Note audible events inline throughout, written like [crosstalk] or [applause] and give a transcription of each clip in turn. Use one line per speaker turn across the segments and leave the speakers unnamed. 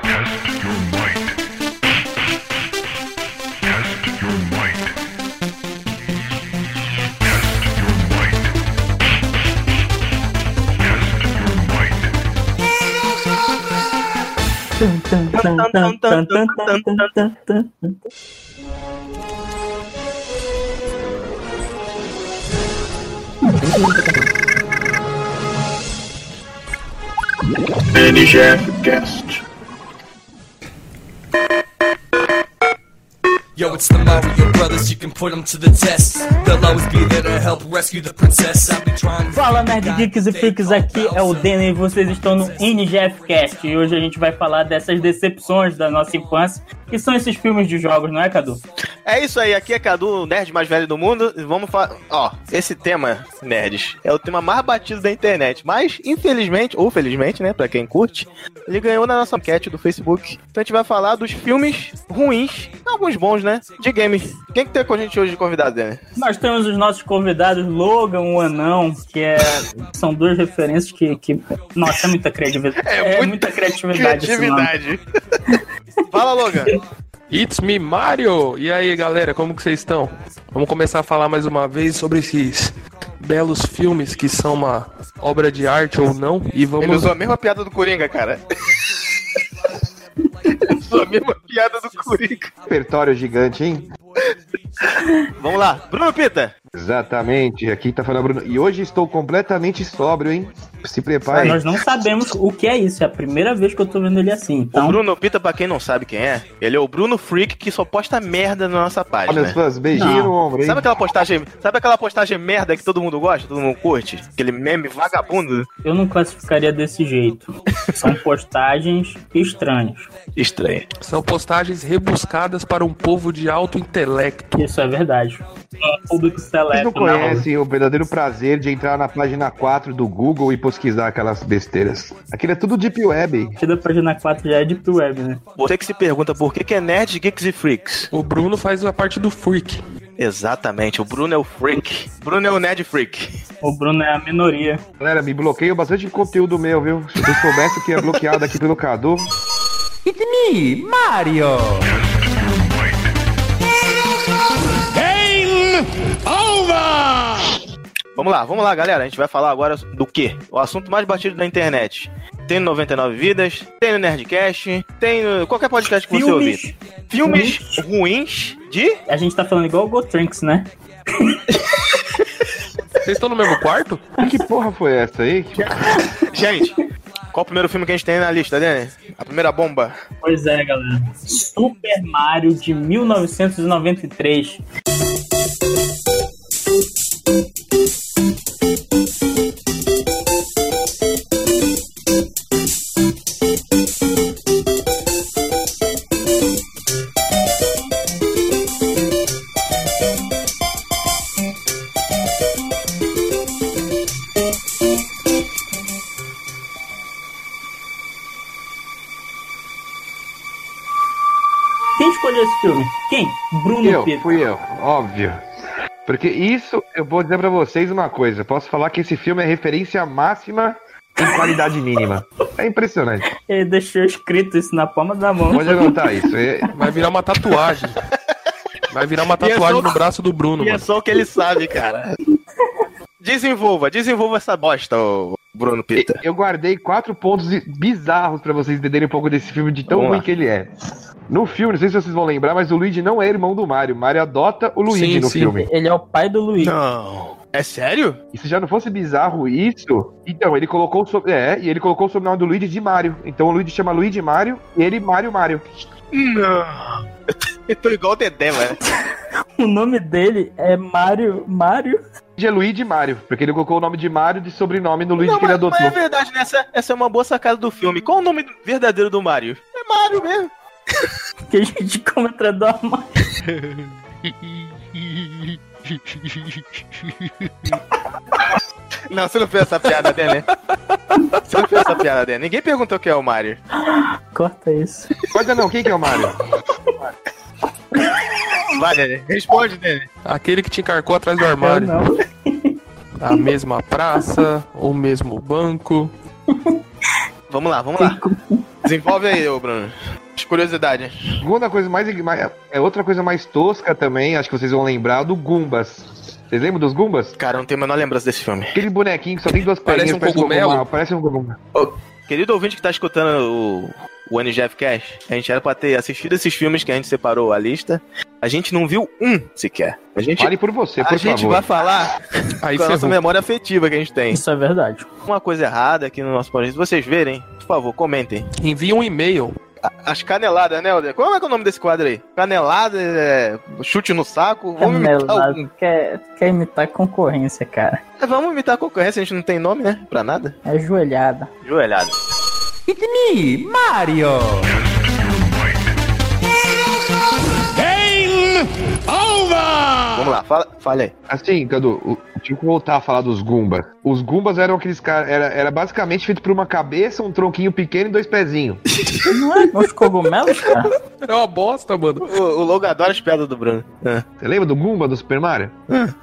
Test your might. Test your might. Test your might. Test your might.
Finish your guest.
Yo, it's the Mario Brothers, you can put them to the test. They'll always be there to help rescue the princess. I'll be trying to.
Fala Nerd Geeks e Freaks, aqui é o Denner e vocês estão no NGFcast. E hoje a gente vai falar dessas decepções da nossa infância, que são esses filmes de jogos, não é, Cadu?
É isso aí, aqui é Cadu, o nerd mais velho do mundo. e Vamos falar. Ó, esse tema, nerds, é o tema mais batido da internet. Mas, infelizmente, ou felizmente, né, pra quem curte, ele ganhou na nossa enquete do Facebook. Então a gente vai falar dos filmes ruins, alguns bons, né? De games. Quem que tem com a gente hoje de convidado, né?
Nós temos os nossos convidados Logan, o Anão, que é, são duas referências que, que- Nossa, é muita criatividade. É, muita, criatividade, criatividade.
[laughs] Fala, Logan.
It's me, Mario! E aí, galera, como que vocês estão? Vamos começar a falar mais uma vez sobre esses belos filmes que são uma obra de arte ou não. E
Ele
vamos.
usou a mesma piada do Coringa, cara. Ele [laughs] usou a mesma piada do Coringa.
repertório gigante, hein?
Vamos lá, Bruno Pita.
Exatamente, aqui tá falando Bruno. E hoje estou completamente sóbrio, hein? Se prepare.
Nós não sabemos o que é isso, é a primeira vez que eu tô vendo ele assim.
O
Então,
Bruno Pita, pra quem não sabe quem é, ele é o Bruno Freak que só posta merda na nossa
Ó, meus
página.
fãs, beijinho
Não.
no ombro, hein?
é Sabe é aquela postagem, sabe aquela postagem merda que todo mundo gosta, todo mundo curte? Aquele meme vagabundo
eu não classificaria desse jeito. São postagens estranhas.
estranho.
São postagens rebuscadas para um povo de alto intelecto.
Isso é verdade. É um né? público
Vocês não
seleto, não.
conhecem o verdadeiro prazer de entrar na página 4 do Google e pesquisar aquelas besteiras. Aquilo é tudo Deep Web.
Aqui da página 4 já é Deep Web, né?
Você que se pergunta por que, que é nerd, geeks e freaks.
O Bruno faz a parte do freak.
Exatamente, o Bruno é o freak. Bruno é o nerd freak.
O Bruno é a minoria.
Galera, me bloqueiam bastante de conteúdo meu, viu? Se eu soubesse que ia bloqueado aqui pelo Cadu.
Vamos lá, vamos lá, galera. A gente vai falar agora do quê? O assunto mais batido da internet. Tem no 99 Vidas, tem no Nerdcast, tem no qualquer podcast que você ouvir.
Filmes.
Filmes ruins de...
A gente tá falando igual o Gotrinks, né?
Vocês estão no mesmo quarto?
Que porra foi essa aí?
Gente, qual o primeiro filme que a gente tem na lista, né? A primeira bomba.
Pois é, galera. Super Mario de 1993. Quem escolheu esse filme? Quem? Bruno
Eu,
Pita.
fui eu, óbvio. Porque isso, eu vou dizer pra vocês uma coisa. Posso falar que esse filme é referência máxima em qualidade mínima. É impressionante.
Ele deixou escrito isso na palma da mão.
Pode anotar isso. É-
Vai virar uma tatuagem. Vai virar uma tatuagem no braço do Bruno,
E é
mano.
só o que ele sabe, cara. Desenvolva, desenvolva essa bosta, ô Bruno Pita.
Eu guardei quatro pontos i- bizarros pra vocês entenderem um pouco desse filme, de tão
Vamos
ruim
lá.
que ele é. No filme, não sei se vocês vão lembrar, mas o Luigi não é irmão do Mario. Mario adota o Luigi
Sim,
no
sim.
filme.
Ele é o pai do Luigi.
Não. É sério?
E se já não fosse bizarro isso, então ele colocou o sobre... é, e ele colocou o sobrenome do Luigi de Mario. Então o Luigi chama Luigi Mario e ele Mario Mario.
Não. Eu tô igual o Dedé, mano.
O nome dele é Mario. Mario?
Luigi é Luigi Mario, porque ele colocou o nome de Mario de sobrenome no Luigi
Não,
que ele
mas, mas
adotou.
é verdade, né? Essa, essa é uma boa sacada do filme. Qual o nome verdadeiro do Mario? É Mario mesmo.
Que a gente [laughs] contra do Mario.
Não, você não fez essa piada, né? né? Você não fez essa piada, né? Ninguém perguntou quem é o Mario.
Corta isso.
Mas não, quem que é o Mario?
Vai, Dene. Responde, Dene.
Aquele que te encarcou atrás do
Eu
armário.
não.
A mesma praça, o mesmo banco.
Vamos lá, vamos lá. Desenvolve aí, ô Bruno. De curiosidade.
Segunda coisa mais, mais- é outra coisa mais tosca também, acho que vocês vão lembrar do Gumbas. Vocês lembram dos Gumbas?
Cara, eu não tenho a menor lembrança desse filme.
Aquele bonequinho que só tem duas
Parece
perninhas,
um cogumelo.
gogumelo, parece um cogumelo.
Querido ouvinte que tá escutando o, o NGF Cash, a gente era pra ter assistido esses filmes que a gente separou a lista. A gente não viu um sequer. A gente,
Fale por você,
a
por
gente
favor.
vai falar
Aí
com a nossa
ferrou.
memória afetiva que a gente tem.
Isso é verdade.
Uma coisa errada aqui no nosso podcast, vocês verem, por favor, comentem.
Envia um e-mail.
As caneladas, né, Alder? Qual é, que é o nome desse quadro aí? Canelada, é, chute no saco. Vamos imitar, algum-
Canelado. É Quer, quer imitar concorrência, cara.
É, vamos imitar a concorrência, a gente não tem nome, né? Pra nada.
É joelhada.
Joelhado. Vamos lá, fala, fala aí.
Assim, Cadu, o- deixa eu voltar a falar dos Gumbas. Os Gumbas eram aqueles caras. Era, era basicamente feito por uma cabeça, um tronquinho pequeno e dois pezinhos.
Não é? Os cogumelos, cara?
É uma bosta, mano.
O, o logo adora as piadas do Bruno.
Você lembra do Gumba do Super Mario?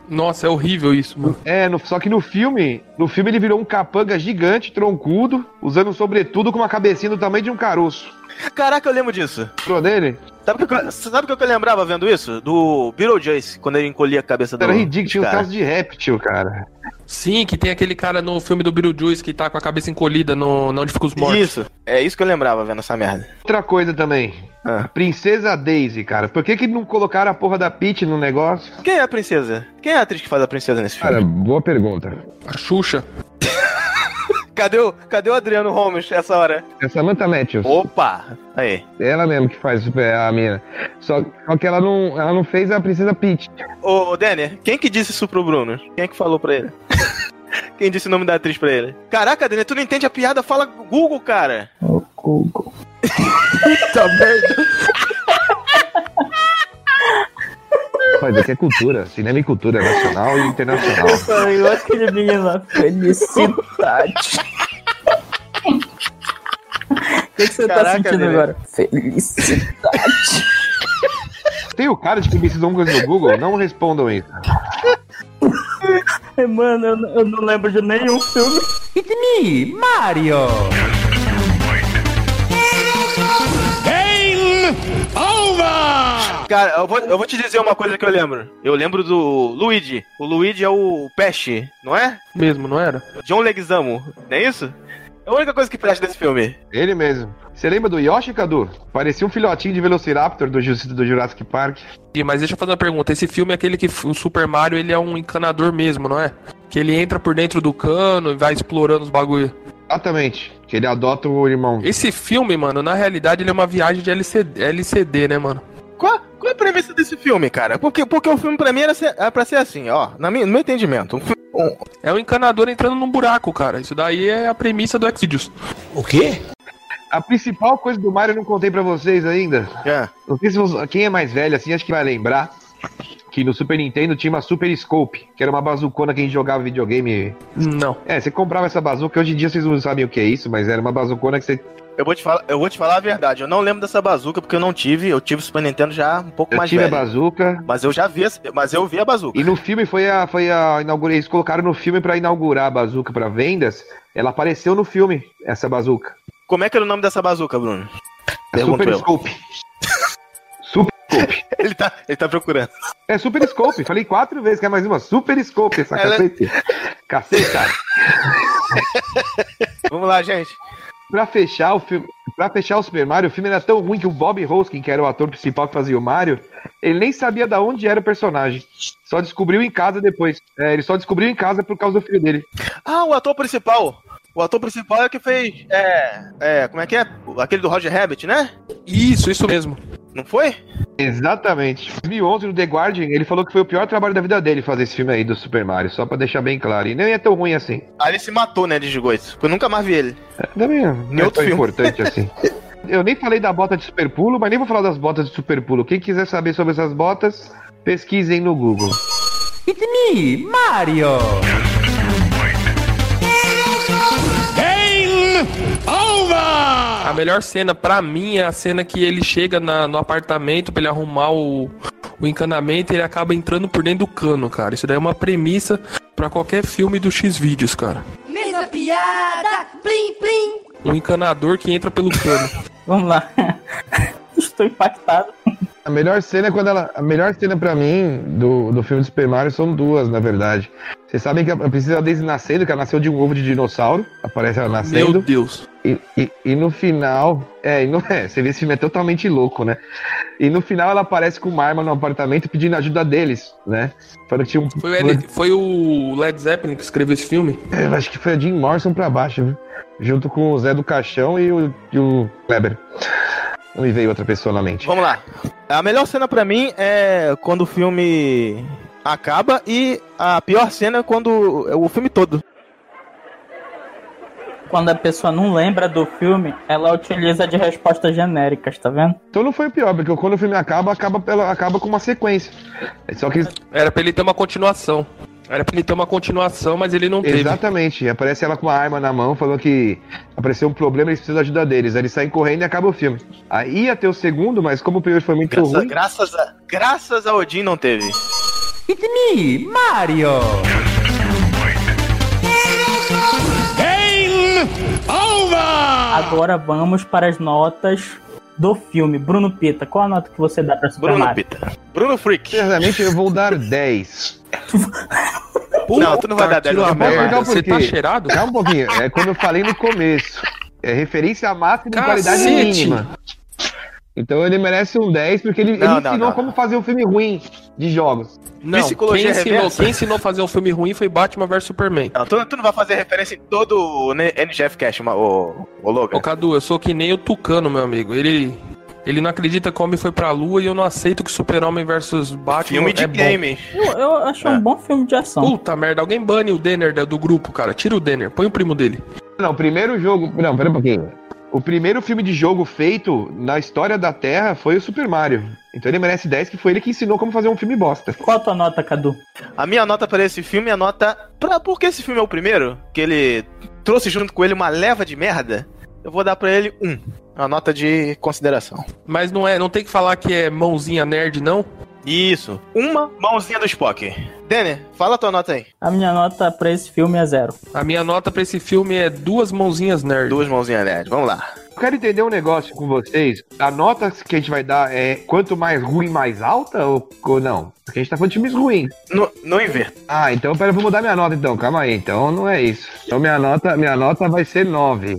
Nossa, é horrível isso, mano.
É, no- só que no filme. No filme ele virou um capanga gigante, troncudo, usando um sobretudo com uma cabecinha do tamanho de um caroço.
Caraca, eu lembro disso.
Lembrou dele?
Sabe o que, eu- sabe o que eu lembrava vendo isso? Do Beetlejuice, quando ele encolhia a cabeça do
Era ridículo, tinha um
cara.
caso de réptil, cara.
Sim, que tem aquele cara no filme do Beetlejuice que tá com a cabeça encolhida no Não Fica os Mortos.
Isso, é isso que eu lembrava vendo essa merda.
Outra coisa também.
Ah.
Princesa Daisy, cara. Por que, que não colocaram a porra da Peach no negócio?
Quem é a princesa? Quem é a atriz que faz a princesa nesse filme?
boa pergunta.
A Xuxa.
cadê, o, cadê o Adriano Holmes essa hora?
É Samantha Matthews.
Opa! Aí.
Ela mesmo que faz é, a mina. Só, só que ela não, ela não fez a Princesa Peach.
Ô, ô Denner, quem que disse isso pro Bruno? Quem é que falou pra ele? [laughs] quem disse o nome da atriz pra ele? Caraca, Denner, tu não entende a piada? Fala Google, cara.
O Google.
Puta merda.
Mas aqui é cultura, cinema e cultura nacional e internacional.
Foi igual aquele menino lá. Felicidade. O que, que você tá
Caraca,
sentindo
Nenê.
agora? Felicidade.
Tem o cara de que precisam coisa no Google? Não respondam isso.
[laughs] Mano, eu, eu não lembro de nenhum filme.
Cara, eu vou, eu vou te dizer uma coisa que eu lembro. Eu lembro do Luigi. O Luigi é o Peste, não é?
Mesmo, não era?
John Leguizamo, não é isso? É a única coisa que presta desse filme.
Ele mesmo. Você lembra do Yoshi, Cadu? Parecia um filhotinho de Velociraptor do, Ju- do Jurassic Park.
Ih, Mas deixa eu fazer uma pergunta. Esse filme é aquele que f- o Super Mario ele é um encanador mesmo, não é? Que ele entra por dentro do cano e vai explorando os bagulho.
Exatamente. Que ele adota o irmão.
Esse filme, mano, na realidade ele é uma viagem de LCD, LCD né, mano?
Qual, qual é a premissa desse filme, cara? Porque, porque o filme pra mim era, ser, era pra ser assim, ó. na minha- no meu entendimento. Um fi- um-
É um encanador entrando num buraco, cara. Isso daí é a premissa do Exvideos.
A principal coisa do Mario eu não contei pra vocês ainda.
é.
Não sei se você- quem é mais velho assim, acho que vai lembrar que no Super Nintendo tinha uma Super Scope, que era uma bazucona que a gente jogava videogame.
Não.
É, você comprava essa bazuca, hoje em dia vocês não sabem o que é isso, mas era uma bazucona que você.
Eu, vou te falar, eu vou te falar a verdade. Eu não lembro dessa bazuca porque eu não tive. Eu tive Super Nintendo já um pouco
Eu
mais
tive
velho.
a bazuca.
Mas eu já vi, essa- mas eu vi a bazuca.
E no filme foi a. Foi a inaugura... Eles colocaram no filme pra inaugurar a bazuca pra vendas. Ela apareceu no filme, essa bazuca.
Como é que era o nome dessa bazuca, Bruno?
A
Pergunto
Super
eu.
Scope. Super Scope.
[laughs] Ele tá, ele tá procurando.
É Super Scope. Falei quatro vezes, quer mais uma? Super Scope essa
Ela-
cacete. Caceta.
Vamos lá, gente.
Pra fechar o filme, para fechar o Super Mario, o filme era tão ruim que o Bob Hoskin, que era o ator principal que fazia o Mario, ele nem sabia da onde era o personagem. Só descobriu em casa depois. É, ele só descobriu em casa por causa do filho dele.
Ah, o ator principal. O ator principal é o que fez. É. É. Como é que é? Aquele do Roger Rabbit, né?
Isso, isso mesmo.
Não foi?
Exatamente. Em 2011, no The Guardian, ele falou que foi o pior trabalho da vida dele fazer esse filme aí do Super Mario, só pra deixar bem claro. E nem é tão ruim assim.
Aí ele se matou, né, de gigoito. Porque eu nunca mais vi ele.
Também não é
outro
tão
filme.
importante [laughs] assim. Eu nem falei da bota de super pulo, mas nem vou falar das botas de super pulo. Quem quiser saber sobre essas botas, pesquisem no Google.
A melhor cena pra mim é a cena que ele chega na- no apartamento pra ele arrumar o, o encanamento e ele acaba entrando por dentro do cano, cara. Isso daí é uma premissa pra qualquer filme do X-Vídeos, cara.
Mesa piada, plim plim.
Um encanador que entra pelo
[laughs]
cano.
Vamos lá. [laughs] Estou impactado.
A melhor cena é quando ela. A melhor cena pra mim do, do filme do Super Mario são duas, na verdade. Vocês sabem que a a princesa Daisy nascendo, que ela nasceu de um ovo de dinossauro. Aparece ela
Meu
nascendo.
Deus.
E, e, e no final. É, e no, [laughs] é, você vê esse filme é totalmente louco, né? E no final ela aparece com uma arma no apartamento pedindo ajuda deles, né? Falando que tinha um.
Foi o, Eric- foi o Led Zeppelin que escreveu esse filme?
Eu acho que foi a Jim Morrison pra baixo, viu? Junto com o Zé do Caixão e o, e o Kleber. Não me veio outra pessoa na mente.
Vamos lá. A melhor cena pra mim é quando o filme acaba e a pior cena é quando é o filme todo.
Quando a pessoa não lembra do filme, ela utiliza de respostas genéricas, tá vendo?
Então não foi o pior, porque quando o filme acaba, acaba, pela, acaba com uma sequência. É Só que.
Era pra ele ter uma continuação. Era pra ele ter uma continuação, mas ele não teve.
Exatamente. Aparece ela com uma arma na mão, falando que apareceu um problema e eles precisam da ajuda deles. Aí eles saem correndo e acaba o filme. Aí ia ter o segundo, mas como o primeiro foi muito
Graça-
ruim.
graças, a, graças a Odin não teve.
Agora vamos para as notas do filme. Bruno Pita, qual a nota que você dá pra Super
Bruno
Mario?
Pita. Bruno Freak.
Sinceramente, eu vou dar 10.
Não, tu não vai dar
Puta
10 no
que
Super
lá,
Mario.
Legal
Você
porque-
tá cheirado?
Calma um pouquinho. É como eu falei no começo. É referência máxima de qualidade
Cacete!
mínima. Então ele merece um 10 porque ele, ele
Não, não,
ensinou
não, não.
como fazer um filme ruim de jogos.
Não,
Psicologia
quem ensinou,
reversa.
quem ensinou a fazer um filme ruim foi Batman vs Superman.
Não, tu, tu não vai fazer referência em todo o N- NGF Cash, ma- ô, ô Logan.
Ô Cadu, eu sou que nem o Tucano, meu amigo. Ele, ele não acredita que o homem foi pra lua e eu não aceito que Super-Homem versus Batman
Filme de
é
game.
Eu, eu achei
É.
um bom filme de ação.
bom. Puta merda, alguém bane o Denner da- do grupo, cara. Tira o Denner, põe o primo dele.
Não, o primeiro jogo. Não, pera um pouquinho. O primeiro filme de jogo feito na história da Terra foi o Super Mario. Então ele merece 10, que foi ele que ensinou como fazer um filme bosta.
Qual a tua nota, Cadu?
A minha nota para esse filme é a nota. Pra, porque esse filme é o primeiro, que ele trouxe junto com ele uma leva de merda, eu vou dar pra ele um. Uma nota de consideração.
Mas não é, não tem que falar que é mãozinha nerd, não.
Isso. Uma mãozinha do Spock. Denner, fala tua nota aí.
A minha nota pra esse filme é zero.
A minha nota pra esse filme é duas mãozinhas nerd.
Duas mãozinhas nerd, vamos lá.
Eu quero entender um negócio com vocês. A nota que a gente vai dar é quanto mais ruim, mais alta ou, ou não? Porque a gente tá falando de filmes ruins.
No, no inverno.
Ah, então pera, eu vou mudar minha nota então, calma aí. Então não é isso. Então minha nota, minha nota vai ser 9.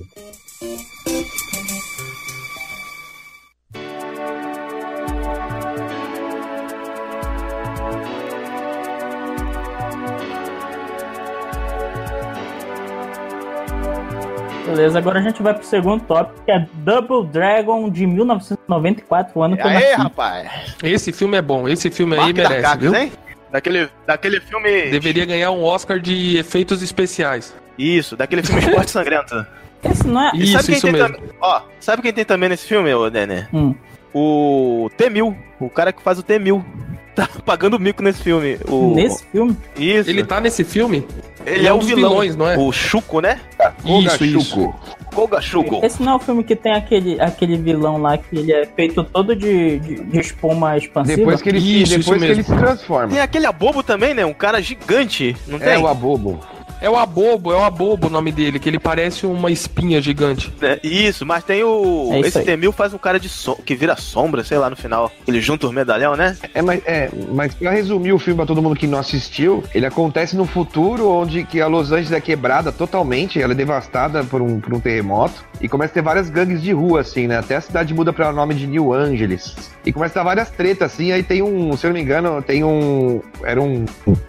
Beleza, agora a gente vai pro segundo tópico, que é Double Dragon de 1994, o ano que eu
Aê,
nasci.
rapaz.
Esse filme é bom, esse filme aí
Mark
merece,
Dacakis,
viu?
hein? Daquele, daquele filme.
Deveria ganhar um Oscar de efeitos especiais.
Isso, daquele filme Esporte [laughs] Sangrento.
Esse não é...
E
Isso, isso
tem
mesmo.
também- Ó, sabe quem tem também nesse filme, ô Denner?
Hum.
O T-1000, o cara que faz o T-1000. [laughs] Tá pagando mico nesse filme. O...
Nesse filme?
Isso.
Ele tá nesse filme?
Ele
ele é um dos vilões, não é?
O Chuco, né?
Isso, isso.
Koga Chuco.
Esse não é o filme que tem aquele, aquele vilão lá que ele é feito todo de, de, de espuma expansiva?
Depois que ele, se-
Isso, isso
depois que
mesmo.
ele se transforma.
Tem aquele abobo também, né? Um cara gigante. Não
É
tem?
o abobo.
É o Abobo, é o Abobo o nome dele, que ele parece uma espinha gigante.
É, isso, mas tem o.
É isso
esse
aí.
Temil faz um cara de som, que vira sombra, sei lá, no final. Ele junta os medalhão, né?
É, mas, é, mas pra resumir o filme pra todo mundo que não assistiu, ele acontece num futuro onde que a Los Angeles é quebrada totalmente, ela é devastada por um, por um terremoto, e começa a ter várias gangues de rua, assim, né? Até a cidade muda pra nome de New Angeles. E começa a dar várias tretas, assim, aí tem um, se eu não me engano, tem um. Era um.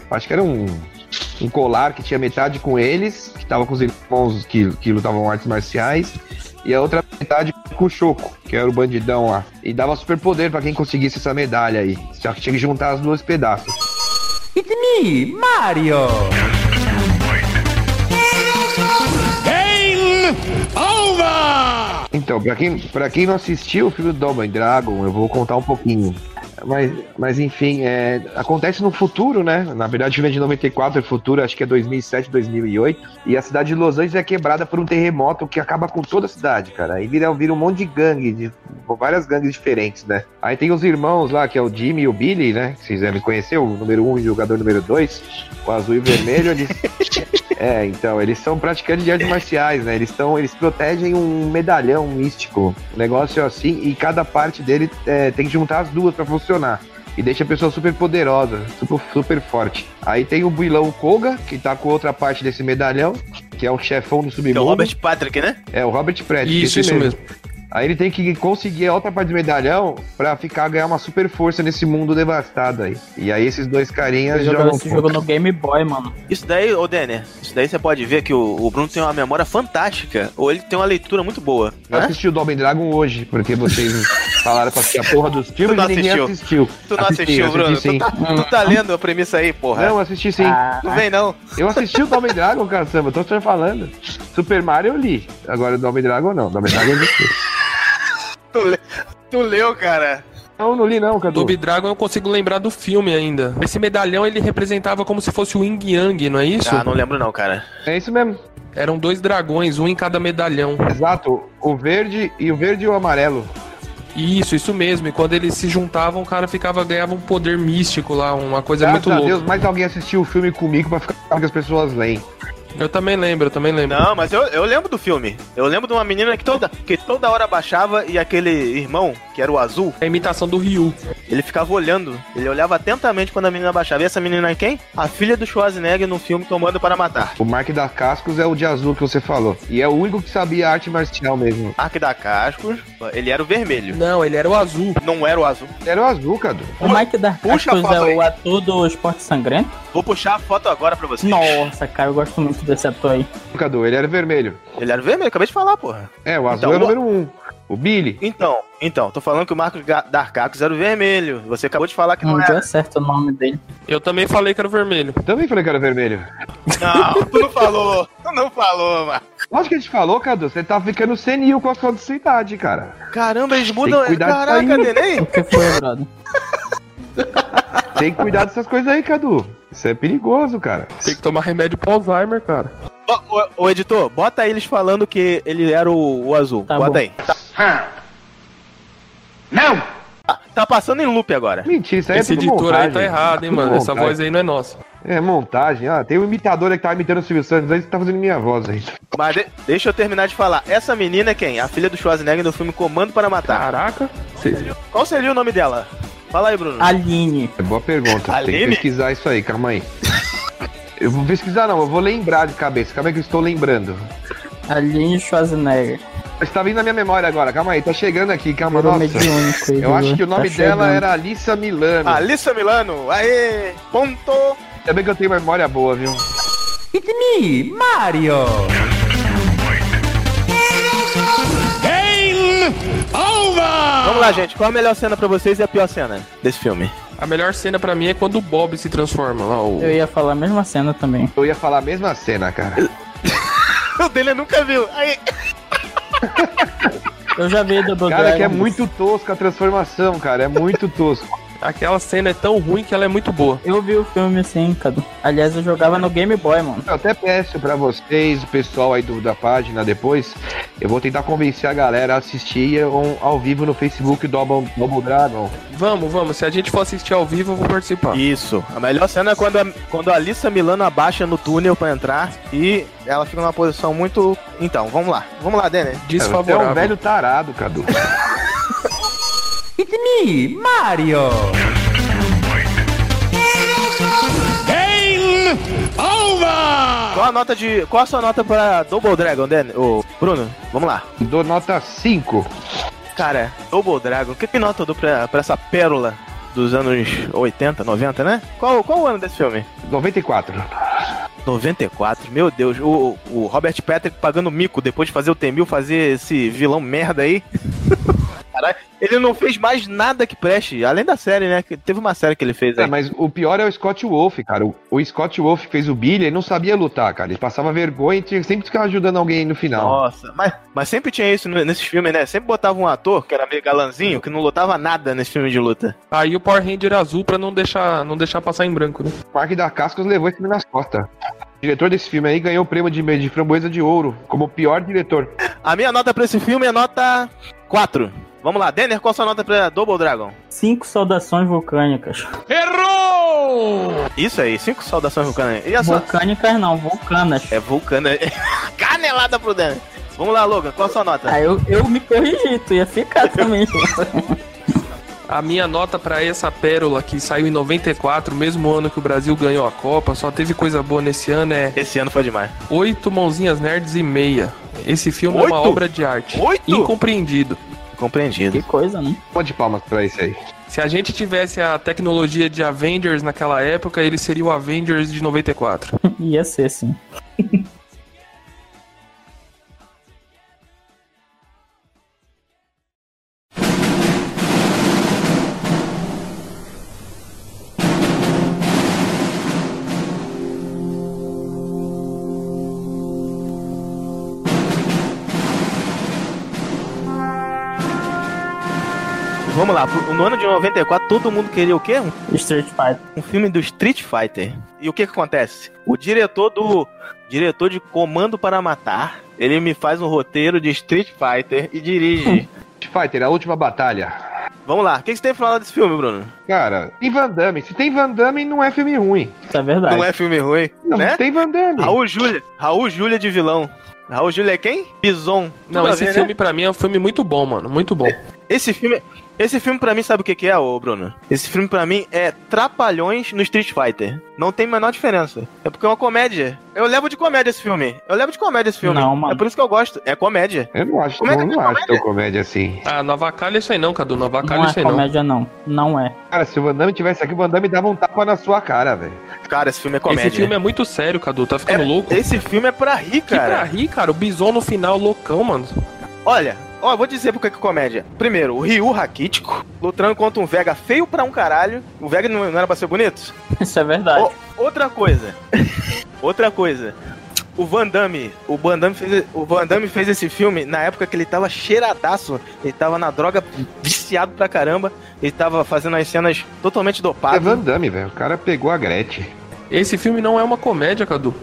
Acho que era um. Um colar que tinha metade com eles, que tava com os irmãos que, que lutavam artes marciais, e a outra metade com o Choco, que era o bandidão lá. E dava superpoder pra quem conseguisse essa medalha aí. Só que tinha que juntar as duas pedaços. It's me, Mario!
Game over!
Então, pra quem, pra quem não assistiu o filme do Double Dragon, eu vou contar um pouquinho. Mas, mas enfim, é, acontece no futuro, né? Na verdade, o filme é de 94, é futuro, acho que é 2007, 2008. E a cidade de Los Angeles é quebrada por um terremoto que acaba com toda a cidade, cara. Aí vira, vira um monte de gangue, de várias gangues diferentes, né? Aí tem os irmãos lá, que é o Jimmy e o Billy, né? Que vocês devem conhecer, o número 1 um e o jogador número 2. O azul e o vermelho, eles... É, então, eles são praticantes de artes marciais, né? Eles, estão eles protegem um medalhão místico. Um negócio assim, e cada parte dele é, tem que juntar as duas pra funcionar. E deixa a pessoa super poderosa, super, super forte. Aí tem o vilão Koga, que tá com outra parte desse medalhão, que é o chefão do submundo.
É o Robert Patrick, né?
É, o Robert Patrick.
Isso,
esse
isso
Aí ele tem que conseguir a outra parte do medalhão pra ficar ganhar uma super força nesse mundo devastado aí. E aí esses dois carinhas jogam.
esse jogo no Game Boy, mano.
Isso daí, ô Denner, isso daí você pode ver que o, o Bruno tem uma memória fantástica. Ou ele tem uma leitura muito boa.
Eu
Né?
assisti o Double Dragon hoje, porque
[laughs]
vocês falaram pra assistir a porra dos
Tu
filmes
não
e ninguém
assistiu.
assistiu.
Tu não
Assisti,
assistiu, Bruno?
assisti
Tu,
sim.
tá, tu tá lendo a premissa aí, porra?
Não, assisti sim.
Não vem não.
Eu assisti o Double Dragon, caçamba, tô te falando. Super Mario eu li. Agora o Double Dragon não. Double Dragon eu li.
Tu, le- tu leu, cara.
Não, não li não, Cadu.
Double Dragon eu consigo lembrar do filme ainda. Esse medalhão ele representava como se fosse o Yin Yang, não é isso?
Ah, não lembro não, cara.
É isso mesmo.
Eram dois dragões, um em cada medalhão.
Exato, o verde e o verde e o amarelo.
Isso, isso mesmo. E quando eles se juntavam, o cara ficava ganhava um poder místico lá, uma coisa
Graças
muito
a
louca.
Deus, mais alguém assistiu o filme comigo pra ficar com que as pessoas leem.
Eu também lembro, eu também lembro.
Não, mas eu, eu lembro do filme. Eu lembro de uma menina que toda, que toda hora baixava e aquele irmão, que era o azul,
A imitação do Ryu.
ele ficava olhando. Ele olhava atentamente quando a menina baixava. E essa menina é quem? A filha do Schwarzenegger no filme Tomando para Matar.
O Mark da Cascos é o de azul que você falou. E é o único que sabia arte marcial mesmo.
Arque da Cascos, ele era o vermelho.
Não, ele era o azul.
Não era o azul.
Era o azul, Cadu.
O Mike
Puxa a
Darkacos
foto
é
aí.
o ator do Esporte Sangrento?
Vou puxar a foto agora pra vocês.
Nossa, cara, eu gosto muito desse ator aí.
Cadu, ele era vermelho.
Ele era o vermelho, acabei de falar, porra.
É, o azul
Então,
é o
o-
número um. O Billy.
Então, então, tô falando que o Marcos Ga- Darkacos era o vermelho. Você acabou de falar que não
Não deu
era.
certo o nome dele.
Eu também falei que era o vermelho.
Também falei que era vermelho.
então.
Não, tu não falou. Tu não falou, mano.
Lógico que a gente falou, Cadu. Você tá ficando senil com a sua idade, cara.
Caramba, eles
Tem
mudam.
que
tá
cuidar
Caraca,
disso aí.
Neném.
O que foi, brother?
Tem que cuidar dessas coisas aí, Cadu. Isso é perigoso, cara.
Tem que tomar remédio pro Alzheimer, cara.
Ô, ô, ô, editor, bota eles falando que ele era o, o azul.
Tá
bota
bom.
aí. Não! Tá passando em loop agora.
Mentira, isso aí
Esse
é tudo
editor
montagem.
aí tá errado, hein,
Tudo
mano. Essa
montagem.
voz aí não é nossa.
É montagem. Ah, tem um imitador aí que tá imitando o Silvio Santos. Aí você tá fazendo minha voz aí.
Mas de- deixa eu terminar de falar. Essa menina é quem? A filha do Schwarzenegger no filme Comando para
Ah.
Matar.
Caraca. Cê-
Qual seria o nome dela? Fala aí, Bruno.
Ah. Aline.
É boa pergunta. Tem que
Aline?
pesquisar isso aí, calma aí. Eu vou pesquisar não, eu vou lembrar de cabeça. Calma aí que eu estou lembrando.
Aline Schwarzenegger.
Está vindo na minha memória agora, calma aí, tá chegando aqui, calma,
Virou
nossa.
mediúnico,
Eu acho que o
tá
nome dela
chegando.
era Alissa Milano.
Alissa Milano. Aê! Ponto!
Ainda bem que eu tenho memória boa, viu?
Game over!
Vamos lá, gente. Qual a melhor cena pra vocês e a pior cena desse filme?
A melhor cena pra mim é quando o Bob se transforma lá. O...
Eu ia falar a mesma cena também.
Eu ia falar a mesma cena, cara.
[laughs] O dele nunca viu. Aí.
Eu já vi do
Cara, que é muito tosca a transformação, cara. É muito tosco.
aquela cena é tão ruim que ela é muito boa.
Eu vi o filme sim, Cadu. Aliás, eu jogava no Game Boy, mano.
Eu até peço pra vocês, o pessoal aí do- da página depois, eu vou tentar convencer a galera a assistir um- ao vivo no Facebook do Double, Double Dragon.
Vamos, vamos. Se a gente for assistir ao vivo, eu vou participar.
Isso. A melhor cena é quando a, quando a Alissa Milano abaixa no túnel pra entrar e ela fica numa posição muito. Então, vamos lá. Vamos lá, Denner.
Desfavorável. Você é um velho tarado, Cadu.
It's me, Mario. Game over.
Qual a nota de. Qual a sua nota pra Double Dragon, Denner? Ô, Bruno, vamos lá.
Dou nota 5.
Cara, Double Dragon, que, que nota eu dou pra, pra essa pérola dos anos 80, 90, né? Qual, qual o ano desse filme?
94.
94, meu Deus, o, o Robert Patrick pagando mico depois de fazer o Temil fazer esse vilão merda aí. [laughs] Caralho, ele não fez mais nada que preste, além da série, né? Que Teve uma série que ele fez aí.
É, mas o pior é o Scott Wolf, cara. O, o Scott Wolf que fez o Billy, ele não sabia lutar, cara. Ele passava vergonha e tinha sempre que ficar ajudando alguém no final.
Nossa, mas, mas sempre tinha isso no- nesses filmes, né? Sempre botava um ator que era meio galanzinho, que não lutava nada nesse filme de luta.
Aí o Power Ranger azul pra não deixar, não deixar passar em branco, né?
O Parque da Cascos levou esse filme nas costas. O diretor desse filme aí ganhou o prêmio de, de framboesa de ouro como o pior diretor.
A minha nota pra esse filme é nota 4. Vamos lá, Denner, qual a sua nota pra Double Dragon?
Cinco saudações vulcânicas.
Errou!
Isso aí, cinco saudações vulcanas. E a sua?
Vulcânicas não, vulcanas.
É vulcana. [laughs] Canelada pro Denner. Vamos lá, Logan, qual a sua nota?
Aí eu, eu me corrigi, tu ia
[laughs]
ficar também.
A minha nota pra essa pérola que saiu em 94, mesmo ano que o Brasil ganhou a Copa, só teve coisa boa nesse ano, é
Esse ano foi demais.
Oito Mãozinhas Nerds e Meia. Esse filme é uma
Oito?
obra de arte.
Oito?
Incompreendido.
Compreendido.
que coisa, né?
Pô de palmas pra isso aí.
Se a gente tivesse a tecnologia de Avengers naquela época, ele seria o Avengers de 94.
Ia ser sim.
Vamos lá, pro- no ano de 94 todo mundo queria o quê? Um-
Street Fighter.
Um filme do Street Fighter. E o que que acontece? O diretor do diretor de Comando para Matar, ele me faz um roteiro de Street Fighter
[laughs]
e dirige.
Street Fighter, a última batalha.
Vamos lá, o que, que você tem pra falar desse filme, Bruno?
Cara, tem Van Damme. Se tem Van Damme, não é filme ruim.
Isso é verdade.
Não é filme ruim,
Não,
né?
tem Van Damme.
Raul Júlia. Raul Júlia de vilão. Raul Júlia é quem? Bison.
Não,
Tudo a
esse
ver, né?
filme pra mim é um filme muito bom, mano. Muito bom.
Esse filme... Esse filme pra mim sabe o que que é, ô Bruno? Esse filme pra mim é Trapalhões no Street Fighter. Não tem a menor diferença. É porque é uma comédia. Eu levo de comédia esse filme. Eu levo de comédia esse filme.
Não, mano.
É por isso que eu gosto. É comédia.
Eu não acho,
Como é que
eu
é
não acho tão comédia assim.
Ah, Nova Calha isso aí não, Cadu. Nova Calha
Não
isso
é
aí não.
comédia, não. Não é.
Cara, se o Van Damme tivesse aqui, o Van Damme dava um tapa na sua cara, velho.
Cara, esse filme é comédia.
Esse filme é muito sério, Cadu. Tá ficando louco.
Esse filme é pra rir,
Que pra
cara.
rir, cara, o Bison no final loucão, mano.
Olha, ó, eu vou dizer porque que é comédia. Primeiro, o Ryu raquítico, lutando contra um Vega feio pra um caralho. O Vega não não era pra ser bonito?
Isso é verdade.
Ô, outra coisa. outra coisa. O Van Damme, o Van Damme, fez, o Van Damme fez esse filme na época que ele tava cheiradaço, ele tava na droga, viciado pra caramba, ele tava fazendo as cenas totalmente
Ah,
É
dopado.
Van Damme, velho. O cara pegou a Gretchen.
Esse filme não é uma comédia, Cadu.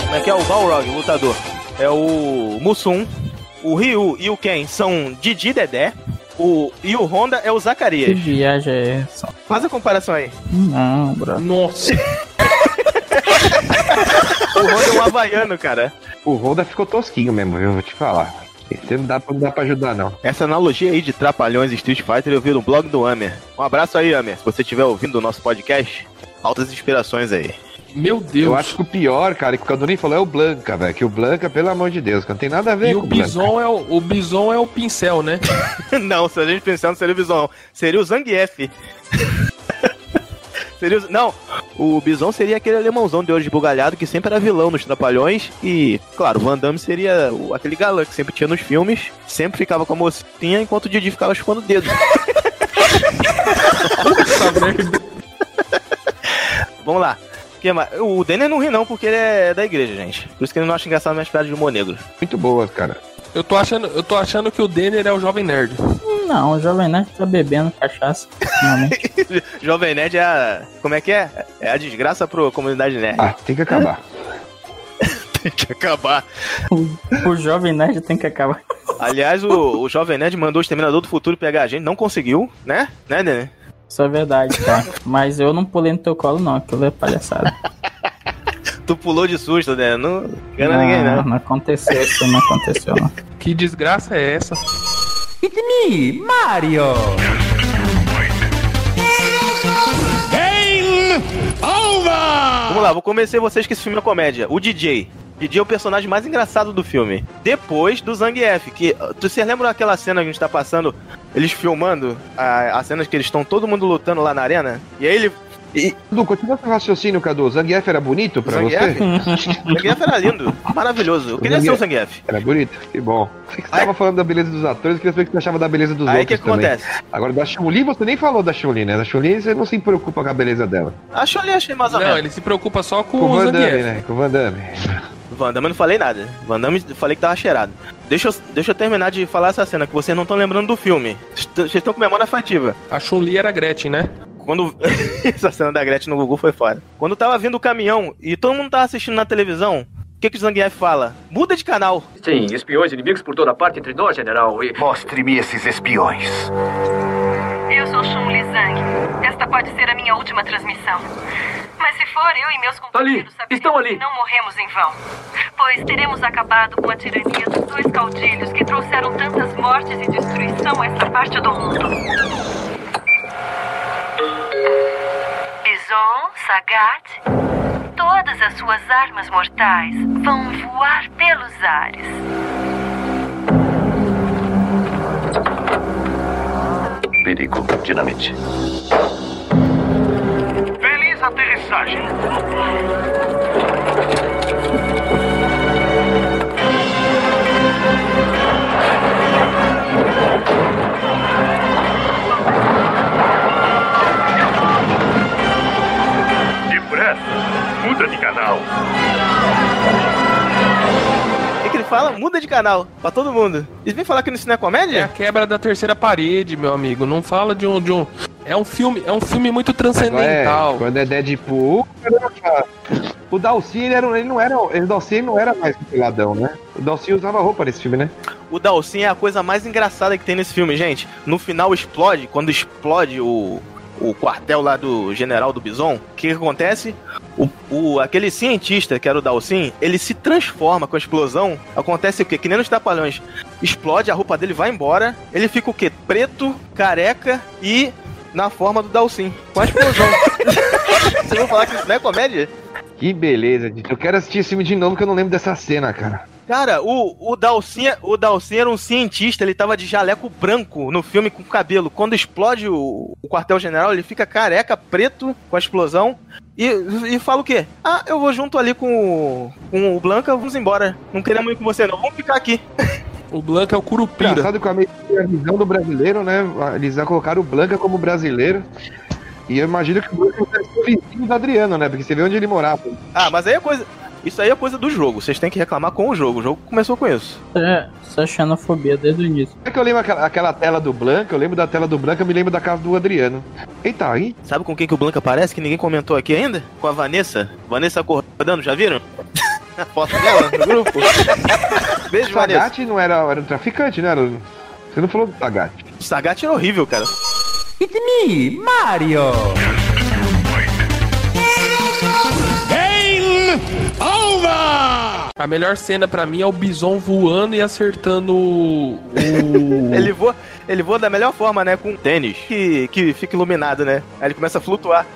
Como é que é o Balrog, o lutador? É o Mussum, o Ryu e o Ken são Didi e Dedé, o, e o Honda é o
Que
Zacarias.
viagem é essa?
Faz a comparação aí.
Não,
Tá.
bro.
Nossa.
O Honda é um havaiano, cara.
O Honda ficou tosquinho mesmo, viu? Vou te falar. Esse não dá pra, não dá pra ajudar, não.
Essa analogia aí de Trapalhões e Street Fighter eu vi no blog do Amer. Um abraço aí, Amer. Se você estiver ouvindo o nosso podcast, altas inspirações aí. [laughs]
Meu Deus.
Eu acho que o pior, cara, que o Candoni falou é o Blanca, velho. Que o Blanca, pelo amor de Deus, que não tem nada a ver
E
com
o Bison é o, o Bison é o pincel, né? [laughs]
não, se a gente pensar no seria o Bison. Seria o Zangief. [laughs] seria o... Não, o Bison seria aquele alemãozão de olho esbugalhado que sempre era vilão nos Trapalhões. E, claro, o Van Damme seria o- aquele galã que sempre tinha nos filmes. Sempre ficava com a mocinha, enquanto o Didi ficava chupando o dedo. [laughs]
Essa merda.
Vamos lá. O que mais? O Denner não ri não, porque ele é da igreja, gente. Por isso que ele não acha engraçado minhas piadas de humor negro.
Muito boas, cara.
Eu tô achando, eu tô achando que o Denner é o jovem nerd.
Não, o Jovem Nerd tá bebendo cachaça. Realmente.
[laughs] Jovem Nerd é a. Como é que é? É a desgraça pro comunidade nerd.
Ah,
É.
tem que acabar.
[laughs] tem que acabar.
o, o Jovem Nerd tem que acabar.
Aliás, o, o Jovem Nerd mandou o Exterminador do Futuro pegar a gente, não conseguiu, né? Né, Nenê?
Isso é verdade, cara. Mas eu não pulei no teu colo, não. Aquilo é palhaçada.
Tu pulou de susto, né? Não engana
não,
ninguém, né? não.
Ah, não aconteceu isso, não aconteceu, não.
Que desgraça é essa?
It's me, Mario! Game over!
Vamos lá, vou convencer vocês que esse filme é comédia. O DJ. DJ é o personagem mais engraçado do filme. Depois do Zangief, que. tu- Vocês lembram daquela cena que a gente tá passando? Eles filmando a, as cenas que eles estão todo mundo lutando lá na arena? E aí ele. E,
Cadu, continua seu raciocínio, Cadu. O Zangief era bonito pra
Zangief?
você?
Zangief era lindo, maravilhoso. Eu queria ser o Zangief.
Era bonito, que bom. Você que tava falando da beleza dos atores, eu queria saber o que você achava da beleza dos
Aí
outros
que
também.
acontece?
Agora, da Chun-Li, você nem falou da Chun-Li, né? Da Chun-Li, você não se preocupa com a beleza dela.
Acho ali, achei mais ou
Não,
menos.
ele se preocupa só com,
Com o
o
Van Damme,
Zangief.
né? Com o Van Damme.
Van Damme eu não falei nada. Van Damme eu falei que tava cheirado. Deixa eu, deixa eu terminar de falar essa cena, que vocês não estão lembrando do filme. Est- Vocês estão com memória fativa.
A Chun-Li era a Gretchen, né?
Quando. [laughs] essa cena da Gretchen no Gugu foi fora. Quando tava vindo o caminhão e todo mundo tava assistindo na televisão, o que, que o Zangief fala? Muda de canal.
Sim, espiões inimigos por toda parte entre nós, general, e...
Mostre-me esses espiões.
Eu sou Shun Li Zhang. Esta pode ser a minha última transmissão. Mas se for, eu e meus companheiros
Tá Estão ali!
que não morremos em vão. Pois teremos acabado com a tirania dos dois caudilhos que trouxeram tantas mortes e destruição a esta parte do mundo. Bison, Sagat, todas as suas armas mortais vão voar pelos ares.
Perigo, dinamite.
Feliz aterrissagem.
Depressa, muda de canal. O que, que ele fala? Muda de canal. Pra todo mundo. E vem falar que isso não é
É a
comédia?
quebra da terceira parede, meu amigo. Não fala de um, de um. É um filme, é um filme muito transcendental.
É, quando é Deadpool, caramba. o Dalcy, ele, era, um- ele não era. O Dalcy ele não era mais um peladão, né? O Dalcy usava roupa nesse filme, né?
O Dalsin é a coisa mais engraçada que tem nesse filme, gente. No final explode, quando explode o, o quartel lá do general do Bison, o que, que acontece? O, o- aquele cientista que era o Dalsin, ele se transforma com a explosão. Acontece o quê? Que nem nos Trapalhões. Explode, a roupa dele vai embora, ele fica o quê? Preto, careca e na forma do Dalsin. Com a explosão. Vocês vão falar que isso não é comédia?
Que beleza, gente. Eu quero assistir esse filme de novo que eu não lembro dessa cena, cara.
Cara, o, o, Dalsin, o Dalsin era um cientista, ele tava de jaleco branco no filme com cabelo. Quando explode o, o quartel-general, ele fica careca, preto, com a explosão. E, e fala o quê? Ah, eu vou junto ali com o, com o Blanca, vamos embora. Não queremos ir com você não, vamos ficar aqui.
O Blanca é o Curupira.
Engraçado com a meio que a visão do brasileiro, né? Eles já colocaram o Blanca como brasileiro. E eu imagino que o Blanca deve ser o vizinho do Adriano, né? Porque você vê onde ele morava.
Ah, mas aí é coisa... Isso aí é coisa do jogo, vocês têm que reclamar com o jogo. O jogo começou com isso.
É, isso é xenofobia desde o início.
É que eu lembro aquela, aquela tela do Blanca, eu lembro da tela do Blanca, eu me lembro da casa do Adriano. Eita, aí.
Sabe com quem que o Blanca parece, que ninguém comentou aqui ainda? Com a Vanessa. Vanessa acordando, já viram? [laughs] A foto dela no grupo. Beijo,
O
Vanessa.
Sagat não era, era um traficante, né? Era- Você não falou do Sagat.
O Sagat era horrível, cara.
It's me, Mario! Game over!
A melhor cena pra mim é o Bison voando e acertando o. o-
Ele voa, ele voa da melhor forma, né? Com um tênis que, que fica iluminado, né? Aí ele começa a flutuar.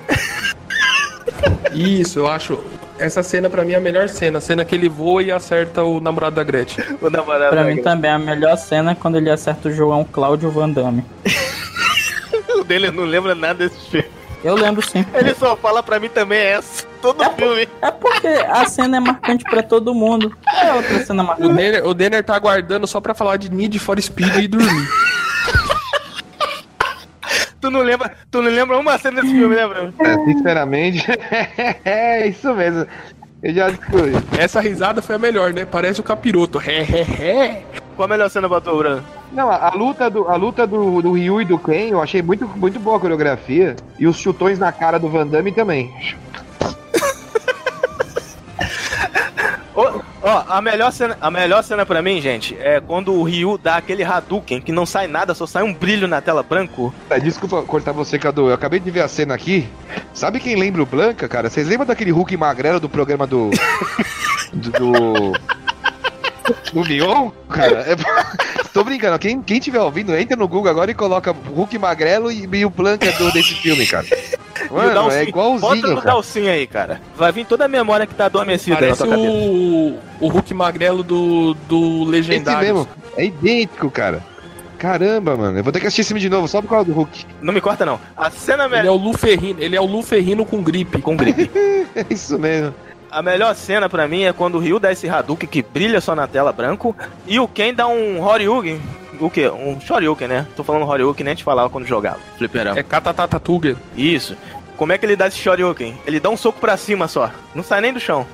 Isso, eu acho. Essa cena pra mim é a melhor cena. A cena que ele voa e acerta o namorado da Gretchen.
O namorado
Pra mim tá- também, a melhor cena é quando ele acerta o João Cláudio Van Damme.
O dele não lembra nada desse filme.
Eu lembro sim.
Ele só fala pra mim também é essa. Todo filme.
É porque a cena é marcante pra todo mundo. É outra cena marcante.
O Denner, o Denner tá aguardando só pra falar de Need for Speed e dormir.
Tu não lembra,
[laughs]
tu não lembra uma cena desse filme, né, Bruno?
É, sinceramente, é isso mesmo. Eu já descobri.
Essa risada foi a melhor, né? Parece o capiroto. Ré, ré, ré.
Qual a melhor cena pra tu, Bruno?
Não, a, a luta, do, a luta do, do Ryu e do Ken, eu achei muito, muito boa a coreografia. E os chutões na cara do Van Damme também.
Ô, ó, a melhor cena, a melhor cena para mim, gente, é quando o Ryu dá aquele Hadouken que não sai nada, só sai um brilho na tela branco.
Tá, Desculpa cortar você, Cadu. Eu acabei de ver a cena aqui. Sabe quem lembra o Blanca, cara? Vocês lembram daquele Hulk magrelo do programa do. [laughs] do. do, do Mion? Cara, é. [laughs] Tô brincando, quem, quem tiver ouvindo, entra no Google agora e coloca Hulk magrelo e, e o Blanca do, desse filme,
[laughs]
cara.
E o
Mano,
Dalsin-
é igualzinho,
Bota no
cara.
Dalsin aí, cara. Vai vir toda a memória que tá adormecida
Parece
na tua cabeça.
o, o Hulk magrelo do, do
Esse
Legendário.
mesmo, é idêntico, cara. Caramba, mano, eu vou ter que assistir esse filme de novo, só por causa do Hulk. [laughs]
Não me corta, não. A cena melhor.
Ele é o Luferrino, ele é o Luferrino com gripe.
Com gripe.
É isso mesmo.
A melhor cena pra mim é quando o Ryu dá esse Hadouken que brilha só na tela branco e o Ken dá um Horyugen. O quê? Um Shoryuken, né? Tô falando Horyuken, nem te falava quando jogava. Fliperama.
É Katatatatuga.
Isso. Como é que ele dá esse Shoryuken? Ele dá um soco pra cima só. Não sai nem do chão.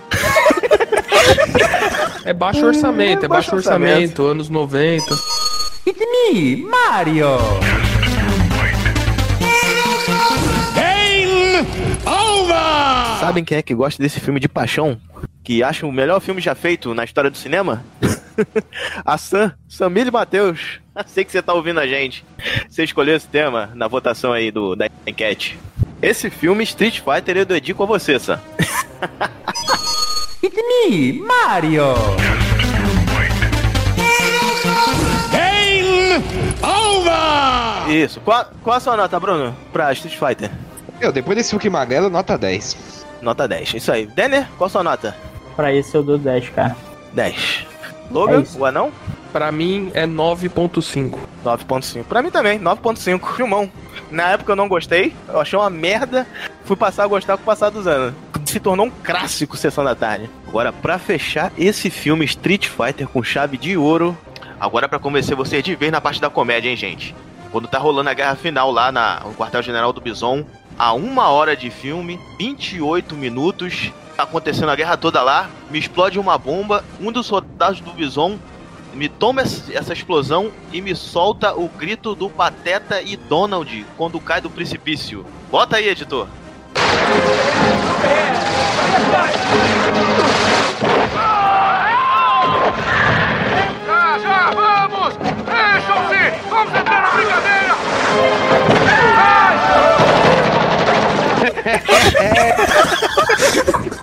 É baixo orçamento, é, baixo orçamento, anos 90.
It's me, Mario.
Game over! Sabem quem é que gosta desse filme de paixão? Que acha o melhor filme já feito na história do cinema? [laughs] a Sam, Samir Matheus. [laughs] Sei que você tá ouvindo a gente. Você escolheu esse tema na votação aí do, da enquete. Esse filme, Street Fighter, eu dedico a você, Sam.
It's me, Mario.
Game over! Isso. Qual, qual a sua nota, Bruno, pra Street Fighter?
Meu, depois desse Hulk magrelo, nota 10.
Nota 10, isso aí. Denner, qual a sua nota?
Pra isso eu dou 10, cara.
10. Logan,
É isso.
o anão?
Pra mim é 9.5.
9.5. Pra mim também, [laughs] 9.5. Filmão. Na época eu não gostei, eu achei uma merda. Fui passar a gostar com o passar dos anos. Se tornou um clássico Sessão da Tarde. Agora, pra fechar esse filme Street Fighter com chave de ouro. Agora é pra convencer vocês de vez na parte da comédia, hein, gente? Quando tá rolando a guerra final lá na, no quartel-general do Bison, a uma hora de filme, 28 minutos, tá acontecendo a guerra toda lá, me explode uma bomba, um dos soldados do Bison me toma es- essa explosão e me solta o grito do Pateta e Donald quando cai do precipício. Bota aí, editor.
Já, Ah, já, vamos! Deixam-se! Vamos entrar na brincadeira!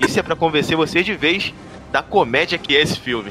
Isso é pra convencer vocês de vez da comédia que é esse filme.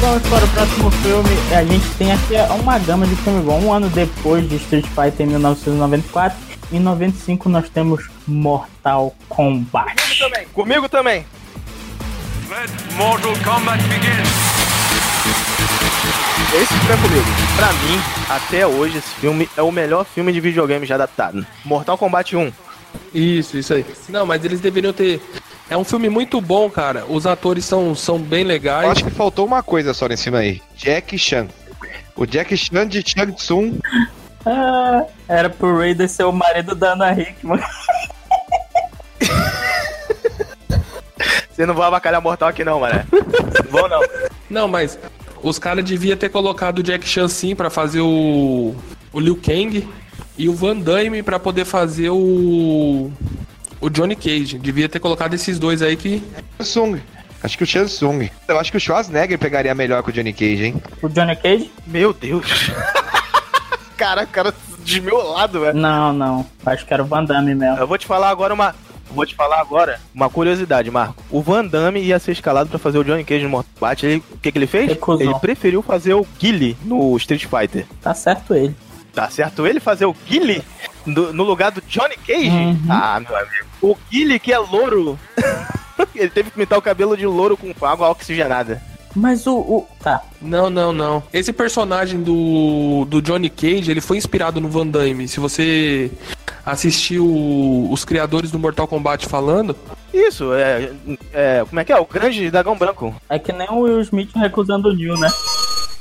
Vamos para o próximo filme. A gente tem aqui uma gama de filme bom. Um ano depois de Street Fighter em 1994, em 95 nós temos Mortal Kombat.
Comigo também.
Let Mortal Kombat begin!
Esse filme é comigo. Pra mim, até hoje, esse filme é o melhor filme de videogame já adaptado. Mortal Kombat 1.
Isso, isso aí. Não, mas eles deveriam ter. É um filme muito bom, cara. Os atores são, são bem legais.
Eu acho que faltou uma coisa só nesse filme aí. Jack Chan. O Jack Chan de Chang Tsung.
Ah, era pro Raider ser o marido da Ana Hickman.
Você não vai abacalhar mortal aqui não, mané. Bom não.
Não, mas os caras deviam ter colocado o Jack Chan sim pra fazer o. o Liu Kang e o Van Damme pra poder fazer o. o Johnny Cage. Devia ter colocado esses dois aí que.
Samsung. Acho que o Samsung. Eu acho que o Schwarzenegger pegaria melhor que o Johnny Cage, hein?
O Johnny Cage?
Meu Deus. cara, cara de meu lado, velho.
Não, não. Acho que era o Van Damme mesmo.
Eu vou te falar agora uma. Vou te falar agora uma curiosidade, Marco. O Van Damme ia ser escalado pra fazer o Johnny Cage no Mortal Kombat. Ele- O que, que ele fez?
Recusou.
Ele preferiu fazer o Guile no Street Fighter.
Tá certo ele.
Tá certo ele fazer o Guile do- no lugar do Johnny Cage? Ah, meu amigo. O Guile que é louro. [laughs] ele teve que pintar o cabelo de louro com água oxigenada.
Mas o. o- Tá.
Não, não, não. Esse personagem do, do Johnny Cage, ele foi inspirado no Van Damme. Se você assistiu os criadores do Mortal Kombat falando,
Isso, é, é- Como é que é? O grande dragão branco.
É que nem o Will Smith recusando o Neil, né?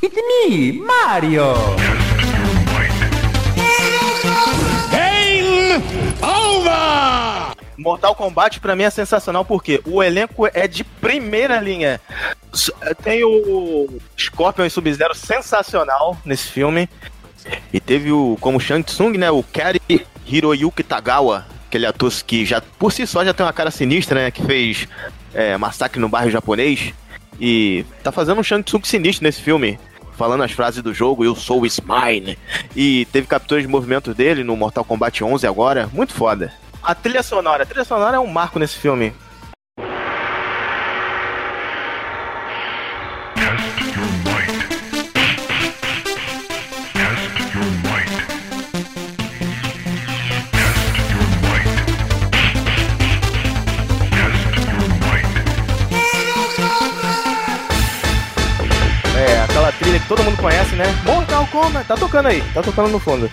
It's me, Mario.
Game over! Mortal Kombat pra mim é sensacional porque o elenco é de primeira linha. S- Tem o Scorpion e Sub-Zero sensacional nesse filme. E teve o, como Shang Tsung, né? O Kari Hiroyuki Tagawa, aquele ator que já por si só já tem uma cara sinistra, né? Que fez é, Massacre no Bairro Japonês. E tá fazendo um Shang Tsung sinistro nesse filme. Falando as frases do jogo, eu sou o Smine. E teve capturas de movimento dele no Mortal Kombat 11 agora. Muito foda. A trilha sonora. A trilha sonora é um marco nesse filme. É, aquela trilha que todo mundo conhece, né? Mortal Kombat, tá tocando aí, tá tocando no fundo.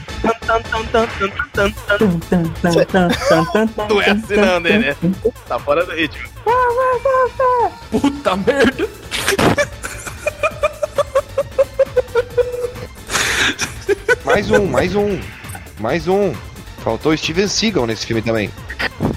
Tu é assinando aí, né? Tá fora do ritmo.
Puta merda!
Mais um, mais um. Mais um. Faltou o Steven Seagal nesse filme também.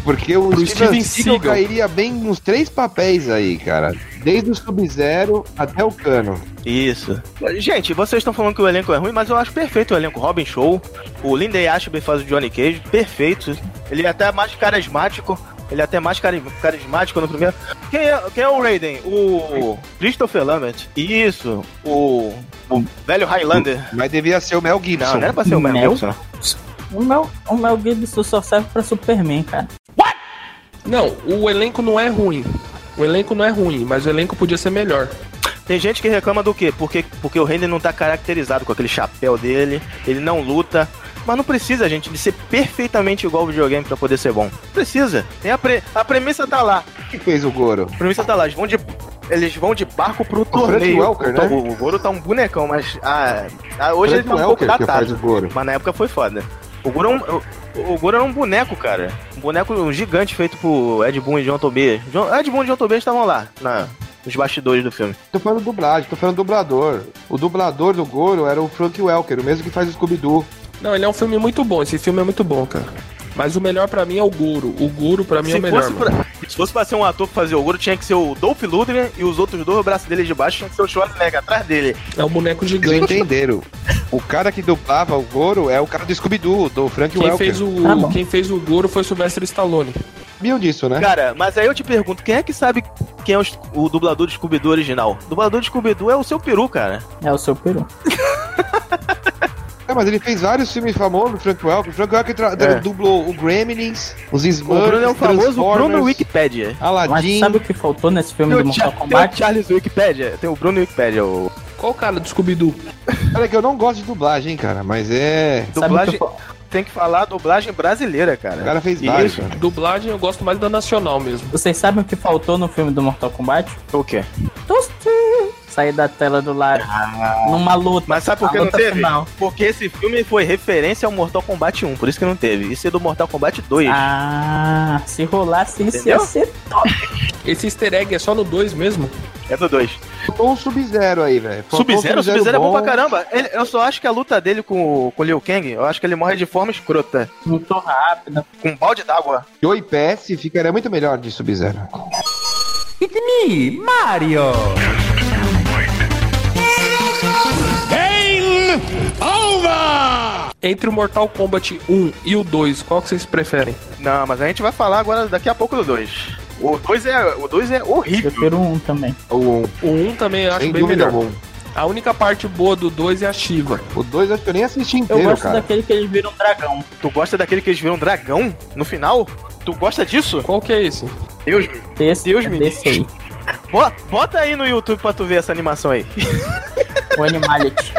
Porque o
Pro Steven
Steven, Seagal,
Seagal.
cairia bem nos três papéis aí, cara. Desde o Sub-Zero até o Cano.
Isso. Gente, vocês estão falando que o elenco é ruim, mas eu acho perfeito o elenco. Robin Show, o Lindy Ashby faz o Johnny Cage, perfeito. Ele é até mais carismático. Ele é até mais cari- carismático no primeiro. Quem é, quem é o Raiden? O Christopher Lambert. Isso. O, o velho Highlander.
Mas devia ser o Mel Gibson.
Não, não
né,
era pra ser o Mel
Mel?
Gibson.
O Mel, o Mel Gibson só serve pra Superman, cara.
Não, o elenco não é ruim. O elenco não é ruim, mas o elenco podia ser melhor.
Tem gente que reclama do quê? Porque, porque o Raiden não tá caracterizado com aquele chapéu dele, ele não luta. Mas não precisa, gente, de ser perfeitamente igual ao videogame pra poder ser bom. Precisa. Tem a, pre- a premissa tá lá.
O que fez o Goro?
A premissa tá lá. Eles vão de, eles vão de barco pro torneio.
Welker, né?
o, o Goro tá um bonecão, mas ah, ah, hoje
Frank
ele tá um pouco
Welker que faz o
datado.
Goro.
Mas na época foi foda. O Goro, é um, o, o Goro era um boneco, cara. Um boneco gigante feito por Ed Boon e John Tobias. John- Ed Boon e John Tobias estavam lá, na- nos bastidores do filme.
Tô falando dublagem, tô falando dublador. O dublador do Goro era o Frank Welker, o mesmo que faz o Scooby-Doo.
Não, ele é um filme muito bom, esse filme é muito bom, cara. Mas o melhor pra mim é o Goro. O Goro pra mim é
Se
o melhor.
fosse,
mano.
pra, se fosse pra ser um ator pra fazer o Goro, tinha que ser o Dolph Lundgren e os outros dois, o braço dele de baixo, tinha que ser o Schwarzenegger atrás dele.
É um boneco
Vocês não
gigante.
entenderam. O cara que dublava o Goro é o cara do Scooby-Doo, do Frank
Quem
Welker.
fez, o,
Tá bom.
quem fez o Goro foi o Sylvester Stallone.
Viu disso, né?
Cara, mas aí eu te pergunto, quem é que sabe quem é o, Sc- o dublador de Scooby-Doo original? O dublador de Scooby-Doo é o seu peru, cara.
É o seu peru.
É, mas ele fez vários filmes famosos do Frank Welker. O Frank Welker tra-
É.
dublou o Gremlins, os
O
Smurfs,
Bruno é o famoso Bruno
Transformers,
Wikipedia.
Mas
Aladdin.
sabe o que faltou nesse filme
Tem
do
o, Cha-
Mortal
tem o
Kombat?
Charles Wikipedia. Tem o Bruno Wikipedia. O...
Qual o cara do Scooby-Doo?
Cara, é que eu não gosto de dublagem, hein, cara, mas é...
Sabe o
Dublagem...
que eu fa-
Tem que falar dublagem brasileira, cara.
O cara fez vários,
Isso.
cara.
Dublagem eu gosto mais da nacional mesmo.
Vocês sabem o que faltou no filme do Mortal Kombat?
O quê?
Tosti! Sair da tela do lado. Numa luta.
Ah. Mas sabe por
a
que não
luta
teve?
Final.
Porque esse filme foi referência ao Mortal Kombat 1, por isso que não teve. Isso é do Mortal Kombat 2.
Ah, se rolasse isso ia
Entendeu?
ser top.
Esse easter egg é só no 2 mesmo?
É do 2.
Faltou um Sub-Zero aí, velho. Faltou um
Sub-Zero? Sub-Zero é bom pra caramba. Ele- eu só acho que a luta dele com, o- com o Liu Kang, eu acho que ele morre de forma escrota.
Muito né? rápida.
Com um balde d'água.
E o IPS ficaria muito melhor de Sub-Zero.
It's me, Mario!
Game over! Entre o Mortal Kombat 1 e o 2, qual que vocês preferem?
Não, mas a gente vai falar agora daqui a pouco do 2. O 2 é, o dois é horrível.
Prefiro um também.
O
O 1 também eu acho
Sem
bem
dúvida
melhor.
alguma.
A única parte boa do 2 é a Shiva.
O 2 acho que eu nem assisti
Eu gosto daquele que eles viram um dragão.
Tu gosta daquele que eles viram um dragão no final? Tu gosta disso?
Qual que é esse?
Deus me.
Desse,
Deus me
desse aí.
Bo- Bota aí no YouTube pra tu ver essa animação aí.
O
[laughs]
Animality.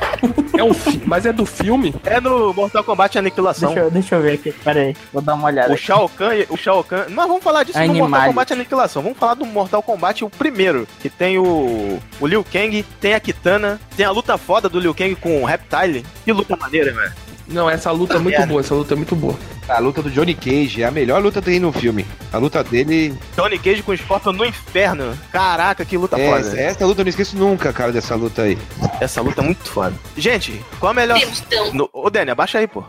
É um fi- Mas é do filme?
É no Mortal Kombat Aniquilação.
Deixa, eu- deixa eu ver aqui, pera aí. Vou dar uma olhada.
O Shao Kahn, e- o Shao Kahn. Nós vamos falar disso no Mortal
Animais.
Kombat Aniquilação. Vamos falar do Mortal Kombat o primeiro, que tem o, o Liu Kang, tem a Kitana, tem a luta foda do Liu Kang com o Reptile. Que luta maneira, velho.
Não, essa luta é muito boa, essa luta é muito boa.
A luta do Johnny Cage é a melhor luta que tem no filme. A luta dele.
Johnny Cage com Scorpion no inferno. Caraca, que luta
é,
Tá foda.
essa luta eu não esqueço nunca, cara, dessa luta aí.
Essa luta é muito foda. Gente, qual a melhor. No- Ô, Dani, abaixa aí, pô.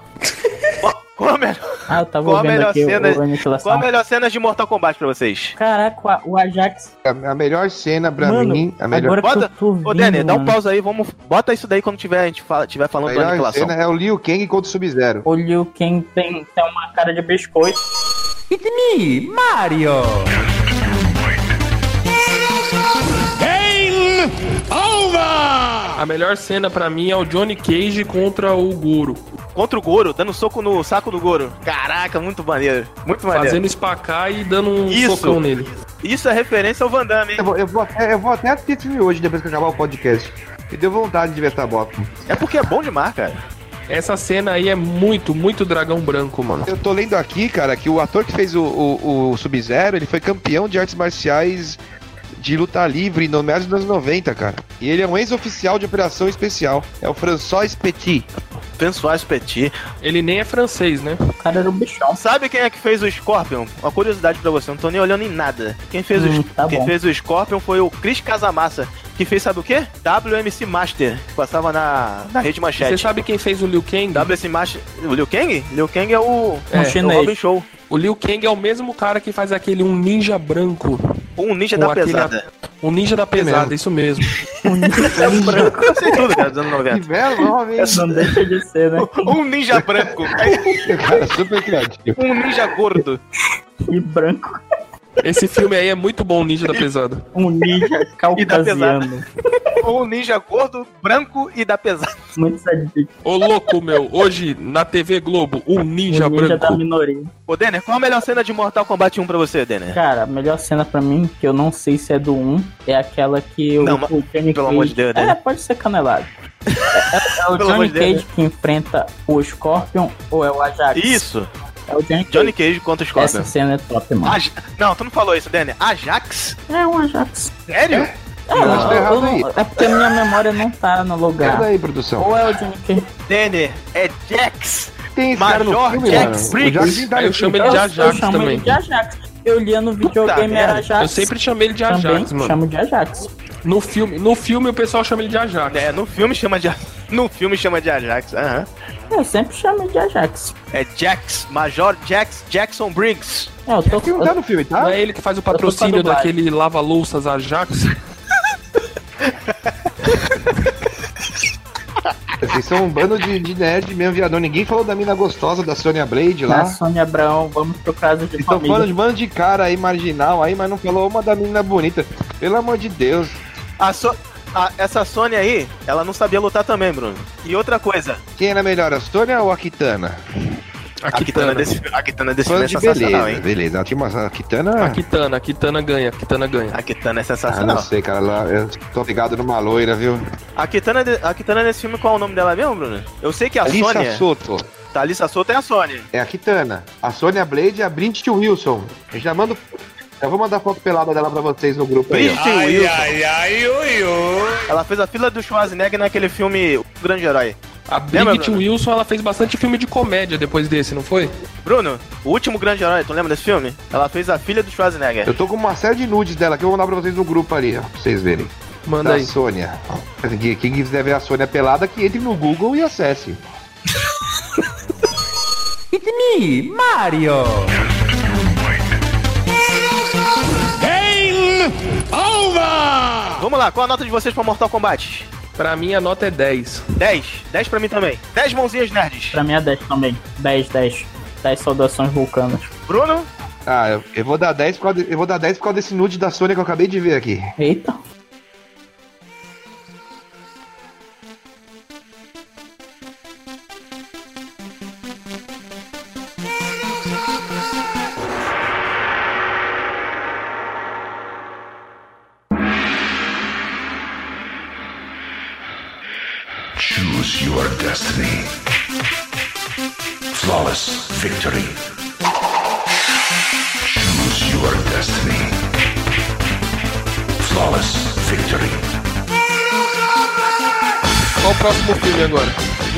Qual- qual a melhor,
Ah, eu tava
qual a
vendo
melhor
aqui o-
cena.
o, Aniquilação.
Qual a melhor cena de Mortal Kombat pra vocês?
Caraca, o A- o Ajax.
A, a melhor cena pra
Mano,
mim. A melhor,
agora que
Bota-
eu tô
Ô,
vendo,
Dani, dá um
mano.
pausa aí, vamos. Bota isso daí quando tiver, a gente fala, tiver
a
falando da
melhor
aniquilação.
cena é o Liu Kang contra o Sub-Zero.
O Liu Kang tem, tem uma cara de biscoito.
It's me, Mario!
Game over! A melhor cena pra mim é o Johnny Cage contra o Goro.
Contra o Goro, dando soco no saco do Goro. Caraca, muito maneiro. Muito maneiro.
Fazendo espacar e dando um
Isso.
socão nele.
Isso é referência ao Van Damme, hein?
Eu vou, eu vou até, eu vou até assistir esse filme hoje, depois que acabar o podcast. Me deu vontade de ver essa bota.
É porque é bom demais, cara.
Essa cena aí é muito, muito dragão branco, mano.
Eu tô lendo aqui, cara, que o ator que fez o, o- o Sub-Zero, ele foi campeão de artes marciais de luta livre no meados dos anos 90, cara. E ele é um ex-oficial de operação especial. É o François Petit.
François Petit.
Ele nem é francês, né?
O cara era um bichão.
Sabe quem é que fez o Scorpion? Uma curiosidade pra você, eu não tô nem olhando em nada. Quem fez,
Hum,
o,
tá
quem
bom.
fez o Scorpion foi o Chris Casamassa, que fez sabe o quê? WMC Master, que passava na, na rede
Você
manchete.
sabe quem fez o Liu Kang?
WMC Master. O Liu Kang? Liu Kang é o.
É,
Um
é o
chinês.
Robin Show.
O Liu Kang é o mesmo cara que faz aquele um ninja branco.
Um ninja
Com
da
aquele-
pesada.
Um ninja da pesada, isso mesmo.
Branco, eu sei tudo, cara, dos anos
[laughs]
90.
belo nome, hein?
Não deixa de ser, né?
Um ninja branco.
[laughs] cara, super criativo.
Um ninja gordo.
E branco.
Esse filme aí é muito bom, Ninja da Pesada.
Um [laughs] ninja caucasiano.
Um ninja gordo, branco e da pesada.
Muito sadio.
Ô louco, meu, hoje na TV Globo, um ninja,
Um ninja da
branco.
minoria.
Ô, Denner, qual a melhor cena de Mortal Kombat 1 pra você, Denner?
Cara, a melhor cena pra mim, que eu não sei se é do 1, é aquela que o,
Não, mas-
o Johnny
pelo
Cage-
amor de Deus, né?
É, pode ser canelado. É, é- é o
[laughs] Pelo
Johnny
amor de Deus,
Cage que enfrenta o Scorpion ou é o Ajax?
Isso.
É o Johnny,
Johnny Cage contra o
Cage.
Scorpion.
Essa cena é top, mano.
Aj- Não, tu não falou isso, Denner. Ajax?
É um Ajax.
Sério?
É,
Eu acho que tá
eu- eu
errado
não-
aí.
é porque a minha memória não tá no lugar.
Pera aí, produção.
Ou é o Johnny Cage.
Denner, é Jax.
Tem esse cara
Major
no filme,
Jax
mano? O
Briggs.
Jackson tá
Aí eu
no
chamo
filme.
ele de
Eu- eu
Ajax
chamo
também.
ele de Ajax. Eu lia no videogame
merda.
era Ajax.
Eu sempre chamei ele de Ajax,
também
mano.
chamo de Ajax.
No filme, no filme o pessoal chama ele de Ajax.
É, no filme chama de. No filme chama de Ajax. Aham.
Eu sempre chamo ele de Ajax.
É Jax, Major Jax, Jackson Briggs.
É, eu tô,
Ele não tá no filme, tá?
Não é ele que faz o
Eu
patrocínio
tô com a dublagem.
daquele lava-louças Ajax?
Vocês são um bando de, de nerd mesmo, viadão. Ninguém falou da mina gostosa da Sonya Blade
Na
Tá.
lá.
Tá, Sônia Abrão, vamos pro caso de
Vocês
Então,
estão falando
família.
de um bando de cara aí, marginal aí, mas não falou uma da menina bonita. Pelo amor de Deus.
A so... a- essa Sony aí, ela não sabia lutar também, Bruno. E outra coisa,
Quem era melhor, a Sonya ou a Kitana?
A
a Kitana
Kitana.
desse, a Kitana desse filme
Fã
é
de
sensacional,
beleza,
hein?
beleza. Tinha uma, a Kitana...
A Kitana, a Kitana ganha, a Kitana ganha.
A Kitana
Ah,
é
não
sensacional.
sei, cara. Lá, eu tô ligado numa loira, viu?
A Kitana, de- a Kitana nesse filme, qual é o nome dela mesmo, Bruno? Eu sei que é a
Lisa
Sônia.
Soto.
Thalissa Soto é a Sônia.
É a Kitana. A Sônia Blade é a Bridget Wilson. Eu já mando... Eu vou mandar foto pelada dela pra vocês no grupo aí. ó.
Bridget Wilson. Ela fez a fila do Schwarzenegger naquele filme O Grande Herói.
A Bridget Wilson, ela fez bastante filme de comédia depois desse, não foi?
Bruno, o último grande herói, tu lembra desse filme? Ela fez a filha do Schwarzenegger.
Eu tô com uma série de nudes dela que eu vou mandar pra vocês no grupo ali, ó, pra vocês verem.
Manda
da
aí.
Sônia. Quem quiser ver a Sônia pelada, que entre no Google e acesse.
It's me, Mario.
Game over! Vamos lá, qual a nota de vocês pra Mortal Kombat?
Pra mim a nota é 10.
10? 10 pra mim também. 10 mãozinhas nerds.
Pra mim é 10 também. 10, 10. 10 saudações vulcanas.
Bruno?
Ah, eu, eu vou dar 10 por causa de- eu vou dar 10 por causa desse nude da Sônia que eu acabei de ver aqui.
Eita.
Choose your destiny. Flawless victory. Choose your destiny. Flawless victory.
Qual o próximo filme agora?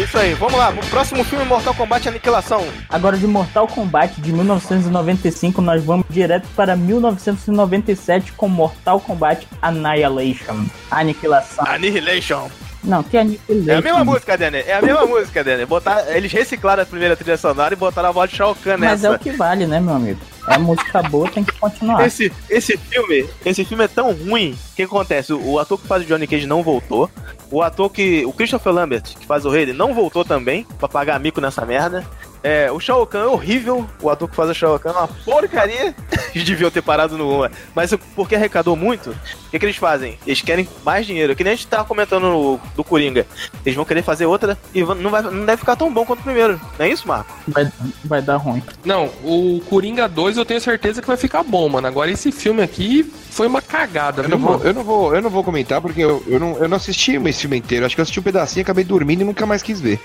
Isso aí, vamos lá. O próximo filme é Mortal Kombat Aniquilação.
Agora de Mortal Kombat de 1995, nós vamos direto para 1997 com Mortal Kombat Annihilation. Aniquilação.
Annihilation.
Não, que Annihilation.
É a mesma música, Denner. É a mesma música, Denner. Botar, eles reciclaram a primeira trilha sonora e botaram a voz de Shao Kahn
Mas
nessa.
é o que vale, né, meu amigo? É música boa, tem que continuar.
Esse, esse filme, esse filme é tão ruim. O que acontece? O, o ator que faz o Johnny Cage não voltou. O ator que. O Christopher Lambert, que faz o rei, ele não voltou também pra pagar mico nessa merda. É, o Shao Kahn é horrível. O ator que faz o Shao Kahn é uma porcaria. [laughs] Eles deviam ter parado no uma. Mas porque arrecadou muito, o que, que eles fazem? Eles querem mais dinheiro. Que nem a gente tava comentando no- do Coringa. Eles vão querer fazer outra e vão- não, vai, não deve ficar tão bom quanto o primeiro. Não é isso, Marco?
Vai, vai dar ruim.
Não, o Coringa 2 eu tenho certeza que vai ficar bom, mano. Agora esse filme aqui foi uma cagada,
Eu
viu,
não, vou,
mano?
eu, não vou, eu não vou comentar porque eu, eu, não, eu não assisti esse filme inteiro. Acho que eu assisti um pedacinho, acabei dormindo e nunca mais quis ver.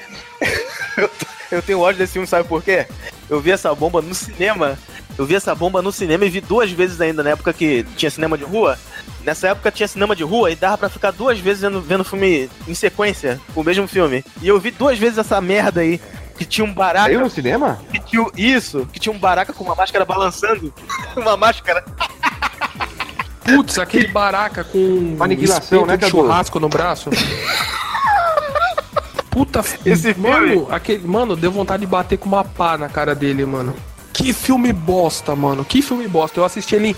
Eu tenho ódio desse filme, sabe por quê? Eu vi essa bomba no cinema. Eu vi essa bomba no cinema e vi duas vezes ainda, na época que tinha cinema de rua. Nessa época tinha cinema de rua e dava pra ficar duas vezes vendo, vendo filme em sequência, o mesmo filme. E eu vi duas vezes essa merda aí, que tinha um
Ah,
baraca.
Saiu no cinema?
Que tinha, o- isso, que tinha um baraca com uma máscara balançando. [laughs] uma máscara.
Putz, aquele baraca com
Aniquilação,
espeto
né,
de
Cadu?
churrasco no braço. Puta
Esse
mano, aquele, mano, deu vontade de bater com uma pá na cara dele, mano. Que filme bosta, mano. Que filme bosta. Eu assisti ele em,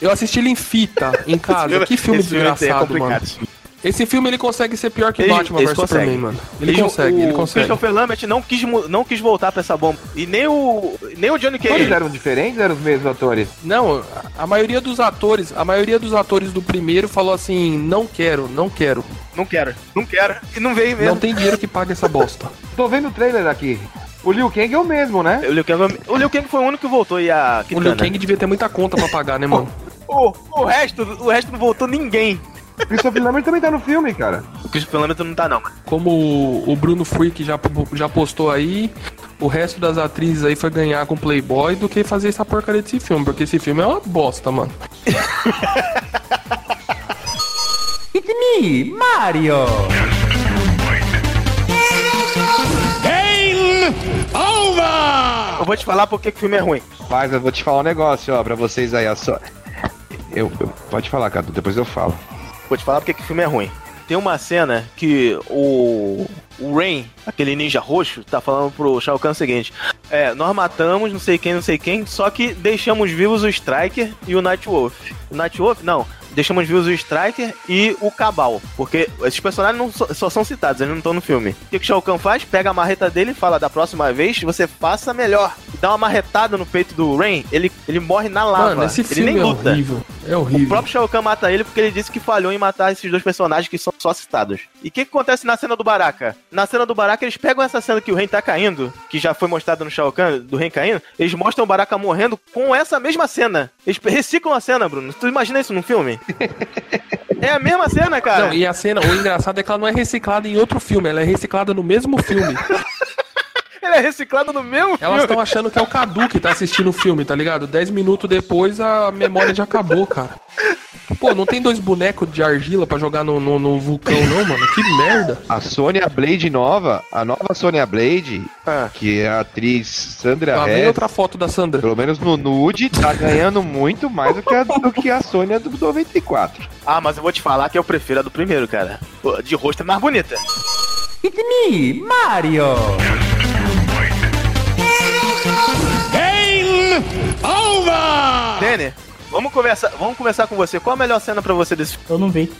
eu assisti ele em fita
[laughs]
em casa.
filme-
Ah, que filme
esse filme é
desgraçado,
complicado,
mano.
esse
Esse filme ele consegue ser pior que
Ele-
Batman
ele
vs
consegue.
Superman, mano. Ele
E o-
consegue, ele
o
consegue.
Christopher Lambert não quis, mu- não quis voltar pra essa bomba. E nem o, nem o Johnny Cage.
Todos eram diferentes, eram os mesmos atores.
Não, a maioria dos atores, a maioria dos atores do primeiro falou assim, não quero, não quero.
Não quero, não quero. E não veio mesmo.
Não tem dinheiro que pague essa bosta.
Tô vendo o trailer aqui. O Liu Kang é o mesmo, né?
[laughs]
O Liu Kang, o Liu Kang foi o único que voltou e a
o
Kitana.
Liu Kang devia ter muita conta pra pagar, né, mano?
O, o resto, o resto não voltou ninguém.
Christopher Lambert também tá no filme, cara.
O Christopher Lambert não tá não, mano.
Como o- o Bruno Freak já, já postou aí, o resto das atrizes aí foi ganhar com Playboy do que fazer essa porcaria desse filme, porque esse filme é uma bosta, mano.
It's me, Mario.
Game over! Eu vou te falar porque que o filme é ruim.
Mas eu vou te falar um negócio, ó, pra vocês aí, ó, só. Eu, eu- pode falar, Cadu, depois eu falo.
Vou te falar porque que o filme é ruim. Tem uma cena que o, o Rain, aquele ninja roxo, tá falando pro Shao Kahn o seguinte: É, nós matamos não sei quem, não sei quem, só que deixamos vivos o Striker e o Nightwolf. O Nightwolf, não, deixamos vivos o Striker e o Cabal, porque esses personagens não, só, só são citados, eles não estão no filme. O que, que o Shao Kahn faz? Pega a marreta dele e fala: Da próxima vez você faça melhor. Dá uma marretada no peito do Rain, ele, ele morre na lava.
Mano, esse
ele nem
filme é
luta.
horrível. É
O
horrível.
próprio Shao Kahn mata ele porque ele disse que falhou em matar esses dois personagens que são só citados. E o que, que acontece na cena do Baraka? Na cena do Baraka, eles pegam essa cena que o Ren tá caindo, que já foi mostrado no Shao Kahn, do Ren caindo, eles mostram o Baraka morrendo com essa mesma cena. Eles reciclam a cena, Bruno. Tu imagina isso num
[laughs]
filme? é a mesma cena, cara.
Não, e a cena, o engraçado é que ela não é reciclada em outro filme, ela é reciclada no mesmo filme.
Ele é reciclado no mesmo
Elas
filme.
estão achando que é o Cadu que tá assistindo o filme, tá ligado? Dez minutos depois a memória já acabou, cara. Pô, não tem dois bonecos de argila pra jogar no, no, no vulcão, não, mano? Que merda.
A Sonya Blade nova, a nova Sonya Blade, que é a atriz Sandra
Lá vem
Hess,
Tá outra foto da Sandra.
É. pelo menos no nude, tá ganhando muito mais do que a, do que a Sônia do 94.
Ah, mas eu vou te falar que eu prefiro a do primeiro, cara. Pô, De rosto é mais bonita.
It's me, Mario.
Game over! Danny, vamos conversar, vamos conversar com você. Qual a melhor cena pra você desse filme? [laughs]
Eu não vi.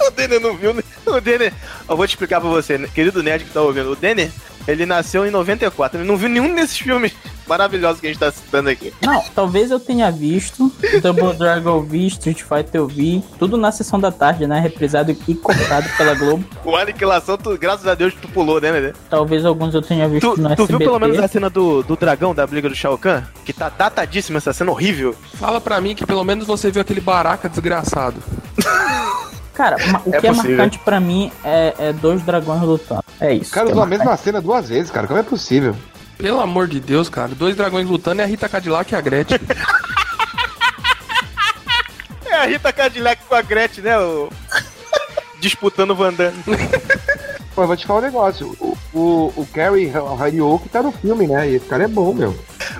o Danny não viu, né? O Danny, eu vou te explicar pra você, né? querido nerd que tá ouvindo. O Danny, ele nasceu em 94, ele não viu nenhum desses filmes maravilhosos que a gente tá citando aqui.
Não, talvez eu tenha visto. Double Dragon eu vi, Street Fighter eu vi. Tudo na sessão da tarde, né? Reprisado e cortado pela Globo.
O Aniquilação, tu, graças a Deus, tu pulou, né, Nenê?
Talvez alguns eu tenha visto
Tu,
no
tu viu
SBT.
pelo menos a cena do, do dragão da briga do Shao Kahn? Que tá datadíssima essa cena horrível.
Fala pra mim que pelo menos você viu aquele baraca desgraçado.
[laughs]
Cara, ma- o
É
que é
possível.
marcante pra mim é, é dois dragões lutando. É isso.
Cara,
que é
usou a
marcante.
mesma
Cena duas vezes, cara, como é possível?
Pelo amor de Deus, cara. Dois dragões lutando é a Rita Cadillac e a Gretchen.
É a Rita Cadillac com a Gretchen, né? o- [laughs] Disputando o Van Damme.
Pô, eu vou te falar um negócio. O, o, o Carrie Harioki tá no filme, né? E esse cara é bom, meu.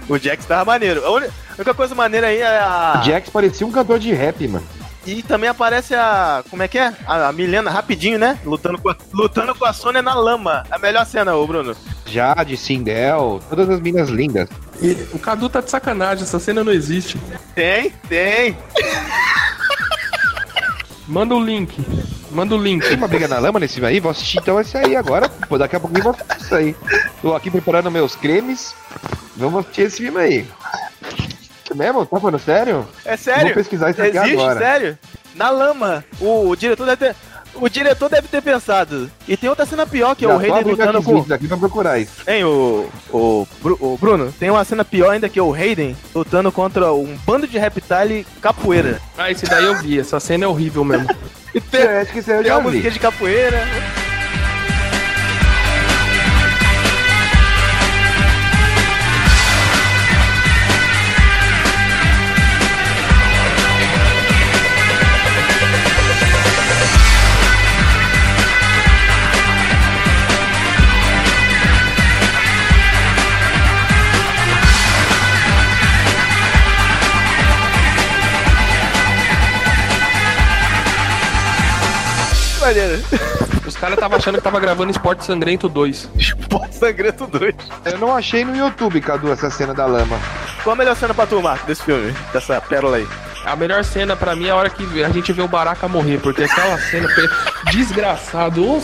O Jax tava maneiro. A uni- a única coisa maneira aí é a.
O Jax parecia um cantor de rap, mano.
E também aparece a. Como é que é? A, a Milena rapidinho, né? Lutando com, a... Lutando com a Sônia na lama. A melhor cena, ô Bruno.
Jade, Sindel, todas as minas lindas.
E o Cadu tá de sacanagem, essa cena não existe.
Tem, tem.
Manda o link. Manda o link.
Tem uma briga na lama nesse filme aí? Vou assistir então esse aí agora. Pô, daqui a pouquinho eu vou assistir isso aí. Tô aqui preparando meus cremes. Vamos assistir esse filme aí. É mesmo? Tá falando sério?
É sério?
Vou pesquisar isso aqui
Existe,
agora.
sério? Na lama. O, o diretor deve ter. O diretor deve ter pensado. E tem outra cena pior que é
Já
o
tô
Raiden
abrindo
lutando
aqui
com.
os vídeos aqui pra procurar isso.
Hein, o, o, Bru- o Bruno, tem uma cena pior ainda que é o Raiden lutando contra um bando de reptile capoeira.
Ah, esse daí eu vi. Essa cena é horrível mesmo.
É, acho que isso aí eu
Tem
já
uma
vi.
musiquinha de capoeira. Maneiro.
Os caras estavam achando que tava gravando Esporte Sangrento 2.
Esporte [laughs] Sangrento 2.
Eu não achei no YouTube, Cadu, essa cena da lama.
Qual a melhor cena pra tu, Marco, desse filme? Dessa pérola aí?
A melhor cena pra mim é a hora que a gente vê o Baraka morrer, porque aquela cena pe- desgraçado, o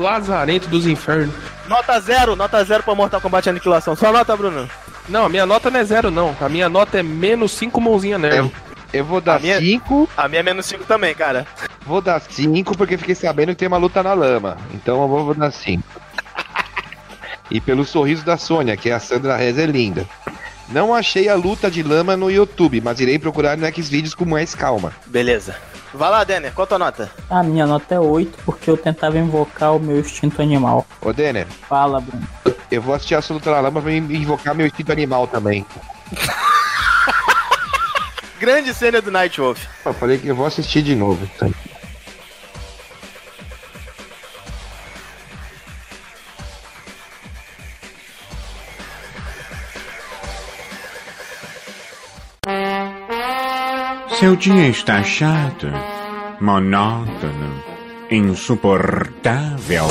lazarento dos infernos.
Nota zero, nota zero pra Mortal Kombat Aniquilação. Sua nota, Bruno.
Não, a minha nota não é zero, não. A minha nota é menos cinco mãozinha
É
nerd.
Eu vou dar 5.
A minha é menos 5 também, cara.
Vou dar 5 porque fiquei sabendo que tem uma luta na lama. Então eu vou vou dar 5. E pelo sorriso da Sônia, que a Sandra Rez é linda. Não achei a luta de lama no YouTube, mas irei procurar no Xvideos com mais calma.
Beleza. Vai lá, Denner, qual tua nota?
A minha nota é 8, porque eu tentava invocar o meu instinto animal.
Ô, Denner.
Fala, Bruno.
Eu vou assistir essa luta na lama pra me invocar meu instinto animal também.
Grande cena do Nightwolf.
Eu falei que eu vou assistir de novo. então.
Seu dia está chato, monótono, insuportável.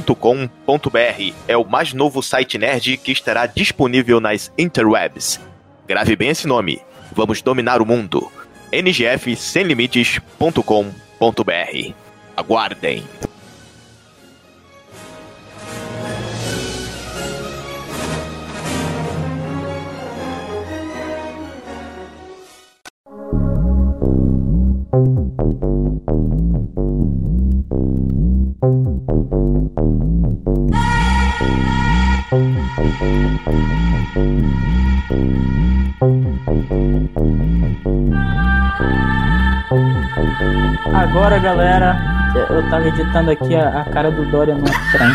ngfsemlimites.com.br é o mais novo site nerd que estará disponível nas interwebs. Grave bem esse nome. Vamos dominar o mundo. ngfsemlimites.com.br. Aguardem.
Agora, galera, eu tava editando aqui a, a cara do Dória no trem.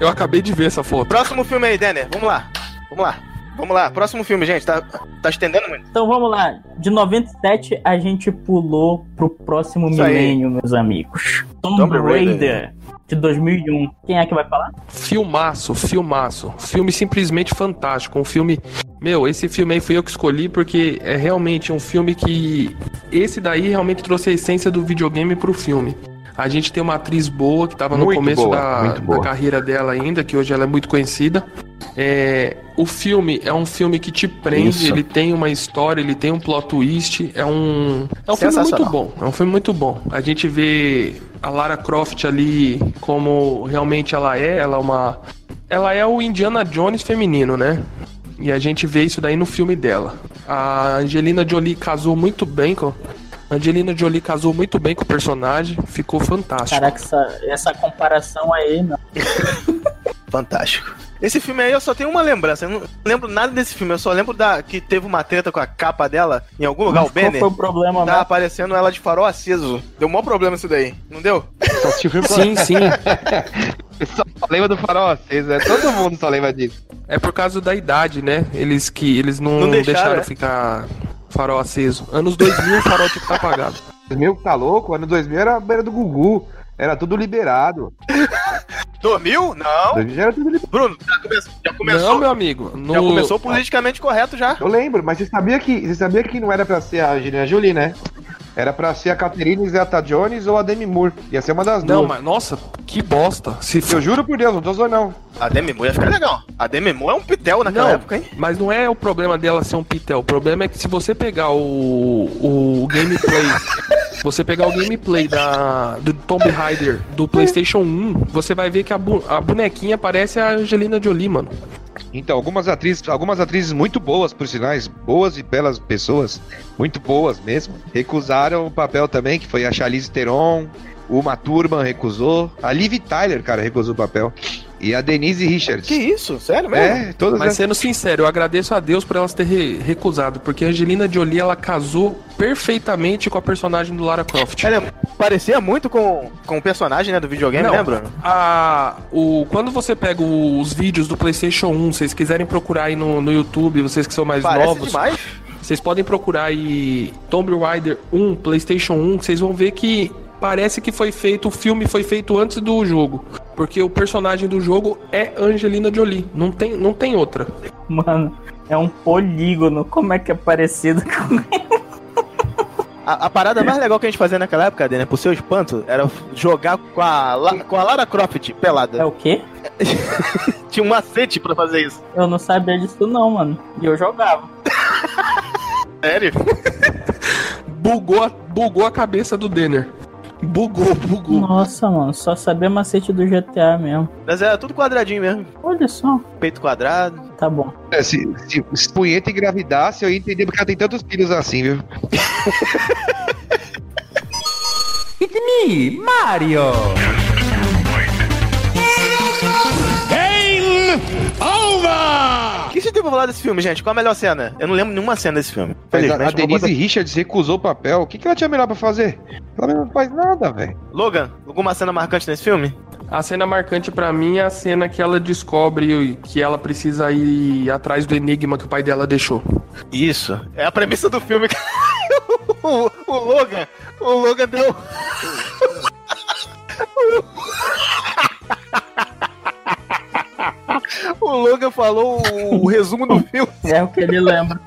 Eu acabei de ver essa foto.
Próximo filme aí, Denner. Vamos lá. Vamos lá. Vamos lá. Próximo filme, gente. Tá, tá estendendo muito.
Então vamos lá. De 97 a gente pulou pro próximo
Isso aí.
milênio, meus amigos. Tomb,
Tomb Raider.
Raider. de 2001. Quem é que vai falar?
Filmaço, filmaço. Filme simplesmente fantástico. Um filme. Meu, esse filme aí fui eu que escolhi porque é realmente um filme que. Esse daí realmente trouxe a essência do videogame pro filme. A gente tem uma atriz boa que tava no
Muito
começo
boa,
da,
muito boa.
da carreira dela ainda, que hoje ela é muito conhecida. É, o filme é um filme que te prende,
Isso.
ele tem uma história, ele tem um plot twist, é um. É um filme muito
Sensacional.
bom. É um filme muito bom. A gente vê a Lara Croft ali como realmente ela é, ela é uma. Ela é o Indiana Jones feminino, né? E a gente vê isso daí no filme dela. A Angelina Jolie casou muito bem com. a Angelina Jolie casou muito bem com o personagem, ficou fantástico.
Caraca, essa, essa comparação aí, não.
Fantástico. Esse filme aí eu só tenho uma lembrança. Eu não lembro nada desse filme. Eu só lembro da que teve uma treta com a capa dela em algum lugar.
Mas
o
qual
Banner.
foi o problema,
Tá
né?
aparecendo ela de farol aceso. Deu maior problema isso daí. Não deu?
Sim, sim.
só lembra do farol aceso, né? Todo mundo só lembra disso.
É por causa da idade, né? Eles que eles não,
Não
deixaram,
deixaram, né?
ficar farol aceso. Anos 2000 o farol tinha que estar apagado.
2000 tá louco? Ano 2000 era a beira do Gugu. Era tudo liberado.
2000? Não.
2000 já era tudo liberado.
Bruno, já começou. Já começou,
Não, meu amigo. No...
já começou politicamente correto já.
Eu lembro, mas você sabia que você sabia que não era pra ser a Angelina Jolie, né? Era pra ser a Catherine Zeta Jones ou a Demi Moore. Ia ser uma das
Não,
duas.
mas nossa, que bosta. Se
Eu juro por Deus, não tô zoando não.
A Demi Moore ia ficar legal. A Demi Moore é um pitel naquela
Não,
época, hein?
mas não é o problema dela ser um pitel. O problema é que se você pegar o, o gameplay, [laughs] se você pegar o gameplay da, do Tomb Raider do PlayStation 1, você vai ver que a, bu- a bonequinha parece a Angelina Jolie, mano.
Então, algumas atrizes, algumas atrizes muito boas, por sinais, boas e belas pessoas, muito boas mesmo, recusaram o papel também, que foi a Charlize Theron, uma Thurman recusou, a Liv Tyler, cara, recusou o papel, e a Denise Richards.
Que isso? Sério mesmo?
É, todas
Mas
essas.
sendo sincero, eu agradeço a Deus por elas ter re- recusado, porque a Angelina Jolie ela casou perfeitamente com a personagem do Lara Croft.
Ela parecia muito com, com o personagem né, do videogame,
Não,
né, Bruno?
a- o, quando você pega o- os vídeos do PlayStation 1, vocês quiserem procurar aí no, no YouTube, vocês que são mais
Parece
novos.
demais.
Vocês podem procurar aí Tomb Raider 1, PlayStation 1, vocês vão ver que parece que foi feito, o filme foi feito antes do jogo. Porque o personagem do jogo é Angelina Jolie, não tem, não tem outra.
Mano, é um polígono. Como é que é parecido com
A, a parada mais legal que a gente fazia naquela época, né, por seu espanto, era jogar com a, La- com a Lara Croft pelada. É
o quê?
É.
Tinha um macete pra fazer isso.
Eu não sabia disso não, mano. E eu jogava.
Sério?
Bugou, a- bugou a cabeça do Denner. Bugou, bugou.
Nossa, mano, só sabia macete do GTA mesmo.
Mas era tudo quadradinho mesmo.
Olha só.
Peito quadrado.
Tá bom.
É, se, se, se punheta engravidasse, eu ia entender porque ela tem tantos filhos assim, viu?
It's me, Mario.
Game over! O que vocês têm pra falar desse filme, gente? Qual a melhor cena? Eu não lembro nenhuma cena desse filme.
Mas a, a
Felizmente, vou
Denise Richards recusou o papel. O que, que ela tinha melhor pra fazer? Ela não faz nada, velho.
botar- Logan, alguma cena marcante nesse filme?
A cena marcante pra mim é a cena que ela descobre que ela precisa ir atrás do enigma que o pai dela deixou.
Isso. É a premissa do filme. [laughs] o, o Logan, o Logan deu... um- [laughs] o Logan falou o, o resumo do filme.
É o que ele lembra.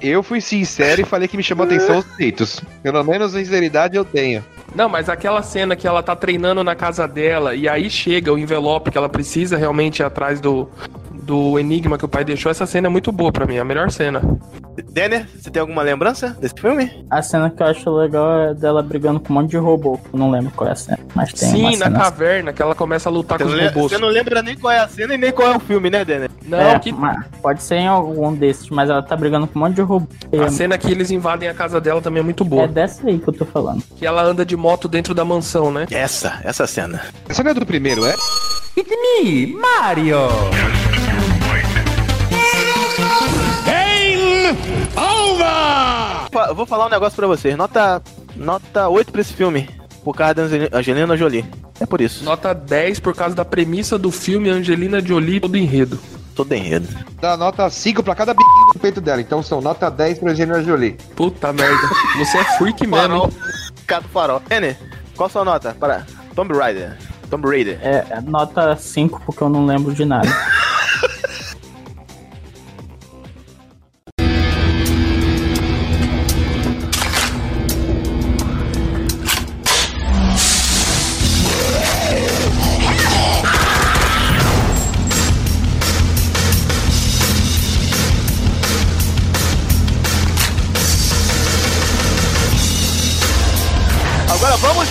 Eu fui sincero e falei que me chamou a atenção os peitos. Pelo menos sinceridade eu tenho.
Não, mas aquela cena que ela tá treinando na casa dela e aí chega o envelope que ela precisa realmente ir atrás do, do enigma que o pai deixou, essa cena é muito boa pra mim, é a melhor cena.
Denner, você tem alguma lembrança desse filme?
A cena que eu acho legal é dela brigando com um monte de robô. Eu não lembro qual é a cena, mas tem uma
Sim, na
cena assim.
caverna, que ela começa a lutar Tá com os
le-
robôs.
você não lembra nem qual é a cena e nem qual é o filme, né, Denner?
Não,
É,
que-
mas pode ser em algum desses, mas ela tá brigando com um monte de robô.
A cena que eles invadem a casa dela também é muito boa.
É dessa aí que eu tô falando.
Que ela anda de moto dentro da mansão, né?
Essa, essa cena.
Essa não é do primeiro, é?
It's me, Mario.
Game over! Vou falar um negócio pra vocês. Nota, nota 8 pra esse filme. por causa da Angel- Angelina Jolie. É por isso.
Nota 10 por causa da premissa do filme Angelina Jolie todo enredo.
Todo enredo.
Dá nota 5 pra cada biquinho do peito dela. Então são nota 10 pra Angelina Jolie.
Puta merda. Você é freak mesmo.
Cado farol. N, qual sua nota para Tomb Raider? Tomb Raider.
É, nota 5 porque eu não lembro de
[laughs]
nada.
Agora vamos.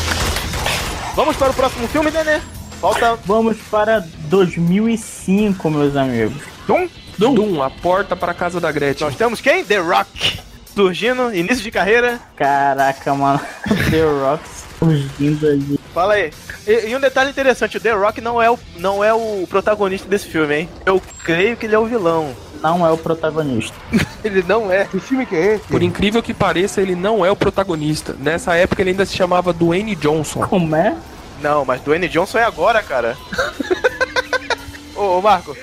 Vamos para o próximo filme, Nenê. Falta.
Vamos para 2005, meus amigos.
Dum?
Dum. a porta para a casa da Gretchen.
um. Nós temos quem? The Rock. Surgindo, início de carreira.
Caraca, mano. [laughs] The Rock surgindo ali.
Fala aí. E, e um detalhe interessante, o The Rock não é, o, não é o protagonista desse filme, hein? Eu creio que ele é o vilão.
Não é o protagonista.
Ele não é.
Que filme que é esse?
Por incrível que pareça, ele não é o protagonista. Nessa época ele ainda se chamava Dwayne Johnson.
Como é?
Não, mas Dwayne Johnson é
[laughs]
agora, cara. ô, ô, Marco.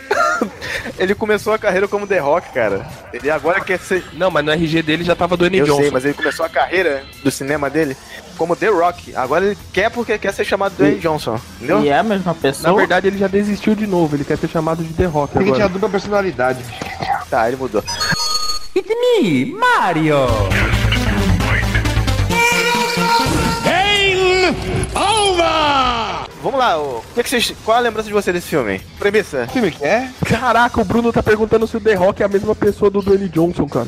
Ele começou a carreira como The Rock, cara. Ele agora quer ser.
Não, mas no RG dele já tava Dwayne
Eu
Johnson.
sei, mas ele começou a carreira do cinema dele como The Rock. Agora ele quer porque quer ser chamado Dwayne
Hum.
Johnson. Entendeu?
E é a mesma
Na
pessoa?
verdade, ele já desistiu de novo. Ele quer ser chamado de The Rock
Ele tinha
agora.
dupla personalidade.
Tá, ele mudou.
It's me, Mario.
Vamos lá, ô. O que que vocês- qual é a lembrança de você desse filme? hein? Premissa.
Que filme que é?
Caraca, o Bruno tá perguntando se o The Rock é a mesma pessoa do Dwayne Johnson, cara.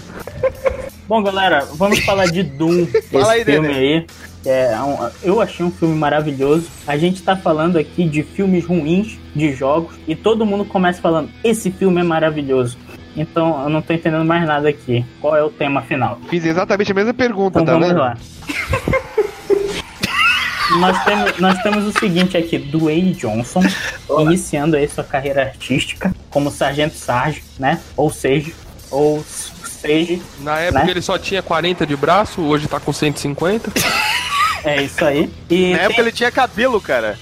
Bom, galera, vamos falar de Doom. esse
Fala aí,
filme
Nenê.
aí. É, um- eu achei um filme maravilhoso. A gente tá falando aqui de filmes ruins, de jogos, e todo mundo começa falando: esse filme é maravilhoso. Então eu não tô entendendo mais nada aqui. Qual é o tema final?
Fiz exatamente a mesma pergunta,
Então
tá
vamos
vendo?
lá. nós, temos, nós temos o seguinte aqui, Dwayne Johnson, iniciando aí sua carreira artística como Sargento Sarge, né? Ou seja, ou s- seja,
Na época
Né?
ele só tinha 40 de braço, hoje tá com 150.
é isso aí. E,
Na
tem,
época ele tinha cabelo, cara.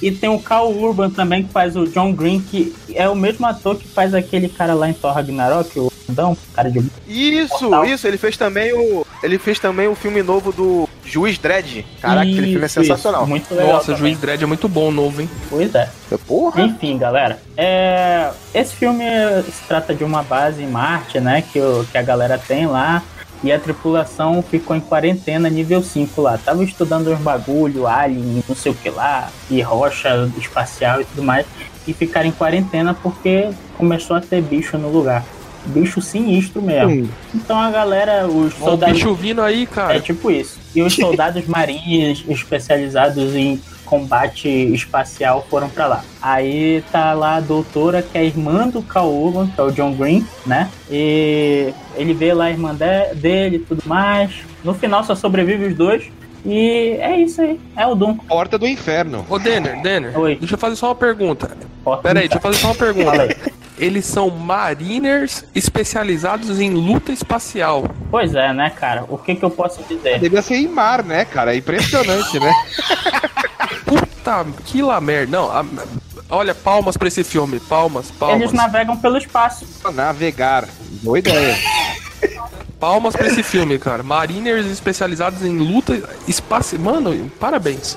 e tem o Cal Urban também, que faz o John Green, que é o mesmo ator que faz aquele cara lá em Thor Ragnarok, o Dão, cara de...
Isso,
Mortal.
isso, ele fez também o. Ele fez também o filme novo do Juiz Dredd. Caraca, aquele filme é
Isso,
sensacional.
isso, muito legal
Nossa,
também.
Juiz Dredd é muito bom, novo, hein?
Pois é.
Porra!
Enfim, galera, é, esse filme se trata de uma base em Marte, né? Que, o- que a galera tem lá. E a tripulação ficou em quarentena nível 5 lá. Tava estudando uns bagulho, alien, não sei o que lá, e rocha espacial e tudo mais. E ficaram em quarentena porque começou a ter bicho no lugar. Bicho sinistro mesmo. Então a galera, os
Ó, o
soldados.
bicho vindo aí, cara.
É tipo isso. E os soldados marinhos especializados em combate espacial foram pra lá. Aí tá lá a doutora, que é a irmã do Cal Urban, que é o John Green, né? E ele vê lá a irmã de- dele e tudo mais. No final só sobrevive os dois. E é isso aí. É o Doom.
Porta do inferno.
Ô, Denner, Denner,
Oi.
deixa eu fazer só uma pergunta.
Porta
Pera aí,
do
deixa eu fazer só uma
Fala
pergunta.
aí.
Eles são mariners especializados em luta espacial.
Pois é, né, cara? O que que eu posso dizer?
Devia ser em mar, né, cara? É impressionante,
[laughs]
né?
Puta, que la merda. Não, a- olha, palmas pra esse filme. Palmas, palmas.
Eles navegam pelo espaço.
Navegar. Boa ideia.
Palmas pra esse filme, cara. Mariners especializados em luta espacial. Mano, parabéns.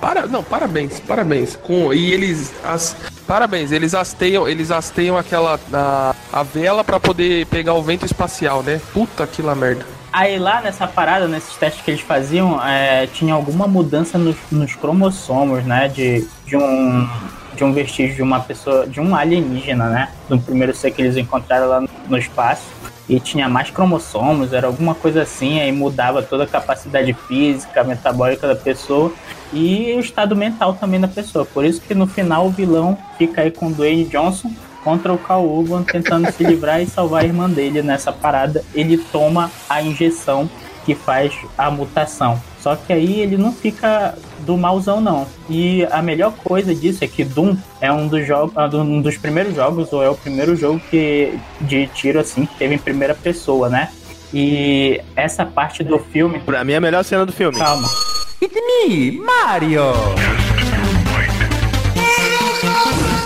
Para, não, parabéns, parabéns. Com e eles as parabéns, eles hasteiam, eles hasteiam aquela a, a vela pra poder pegar o vento espacial, né? Puta que la merda.
Aí lá nessa parada, nesses testes que eles faziam, é, tinha alguma mudança nos, nos cromossomos, né? De, de um de um vestígio de uma pessoa, de um alienígena, né? Do primeiro ser que eles encontraram lá no- no espaço. E tinha mais cromossomos, era alguma coisa assim, aí mudava toda a capacidade física, metabólica da pessoa e o estado mental também da pessoa. Por isso que no final o vilão fica aí com o Dwayne Johnson contra o Cal Urban tentando se livrar e salvar a irmã dele nessa parada. Ele toma a injeção que faz a mutação. Só que aí ele não fica do malzão, não. E a melhor coisa disso é que Doom é um dos, jogos, um dos primeiros jogos, ou é o primeiro jogo que de tiro assim, que teve em primeira pessoa, né? E essa parte do filme.
Pra mim é a melhor cena do filme.
Calma.
It's me, Mario!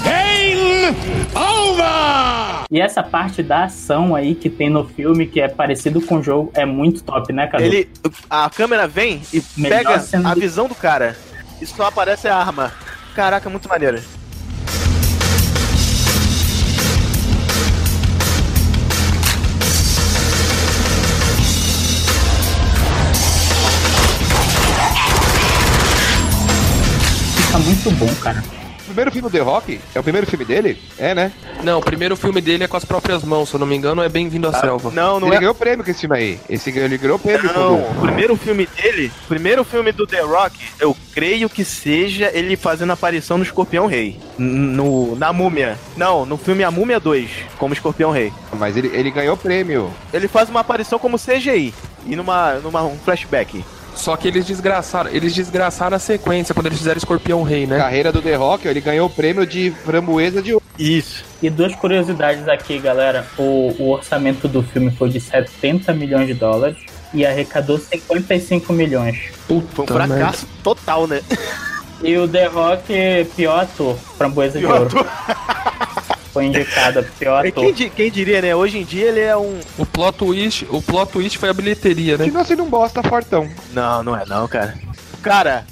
Game over! E essa parte da ação aí que tem no filme, que é parecido com o jogo, é muito top, né, cara?
Ele, a câmera vem e
Melhor
pega
cena
a
do-
visão do cara. E só aparece a arma. Caraca, muito maneiro.
Fica Tá muito bom, cara.
O primeiro filme do The Rock? É o primeiro filme dele? É, né?
Não, o primeiro filme dele é com as próprias mãos, se eu não me engano, é Bem-vindo à Selva.
Não, não
ele
é-
ganhou prêmio com esse filme aí. Esse ganhou- ele ganhou prêmio.
Não, o primeiro filme dele, o primeiro filme do The Rock, eu creio que seja ele fazendo aparição no Escorpião Rei. N- No, na Múmia. Não, no filme A Múmia 2, como Escorpião Rei.
Mas ele, ele ganhou prêmio.
Ele faz uma aparição como CGI e numa, numa um flashback.
Só que eles desgraçaram, eles desgraçaram a sequência quando eles fizeram Escorpião Rei, né?
Carreira do The Rock, ele ganhou o prêmio de framboesa de ouro.
Isso.
E duas curiosidades aqui, galera. O, o orçamento do filme foi de 70 milhões de dólares e arrecadou 55 milhões.
Puta
Foi um fracasso total, [laughs] né?
E o The Rock, pior ator, framboesa de
Pior
ouro. Foi indicado a pior
E
ator.
[laughs] Quem, di- quem diria, né? Hoje em dia ele é um.
O plot twist, o plot twist foi a bilheteria, né?
Continua sendo um bosta fartão.
Não, não é não, cara. Cara,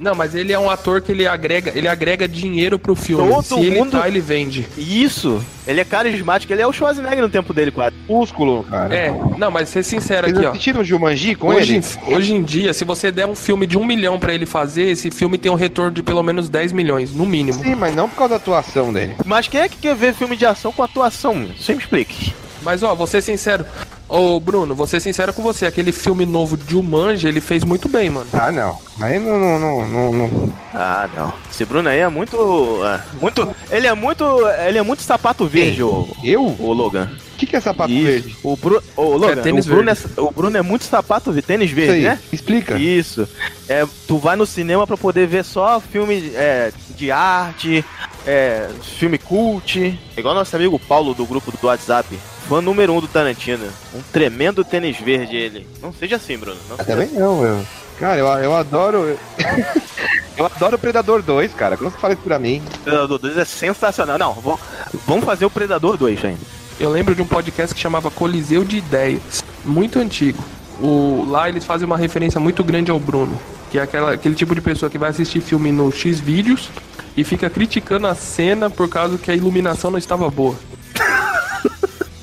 Não, mas ele é um ator que ele agrega, ele agrega dinheiro pro filme.
Todo
Se ele
mundo-
tá, ele vende.
isso. Ele é carismático, ele é o Schwarzenegger no tempo dele, quase.
Músculo, cara.
É, não, mas ser sincero
Vocês
aqui, ó.
assistiram o Jumanji com
Hoje,
ele?
em- hoje em dia, se você der um filme de um milhão pra ele fazer, esse filme tem um retorno de pelo menos 10 milhões, no mínimo.
Sim, mas não por causa da atuação dele.
Mas quem é que quer ver filme de ação com atuação? Você me explique.
Mas ó, vou ser sincero. Ô, Bruno, vou ser sincero com você. Aquele filme novo de Jumanji, ele fez muito bem, mano.
Ah, não. Aí não, não, não, não, não.
Ah, não. Esse Bruno aí é muito. é, muito. Ele é muito. Ele é muito sapato verde, o.
Eu?
O Logan.
O que, que é sapato verde?
O Bruno. Ô, Logan,
É tênis
o, Bruno é,
verde.
o Bruno é muito sapato verde, tênis
Isso
verde,
aí.
né?
Explica.
Isso. É, tu vai no cinema pra poder ver só filme é, de arte, é, filme cult. É igual nosso amigo Paulo do grupo do WhatsApp. Fã número um do Tarantino. Um tremendo tênis verde ele. Não seja assim, Bruno. Não seja
Ah, Também não, meu. Cara, eu, eu adoro. [laughs] eu adoro Predador 2, cara. Quando você fala isso pra mim.
Predador 2 é sensacional. Não, vamos, vamos fazer o Predador 2 ainda.
Eu lembro de um podcast que chamava Coliseu de Ideias, muito antigo. O, lá eles fazem uma referência muito grande ao Bruno, que é aquela, aquele tipo de pessoa que vai assistir filme no X vídeos e fica criticando a cena por causa que a iluminação não estava boa.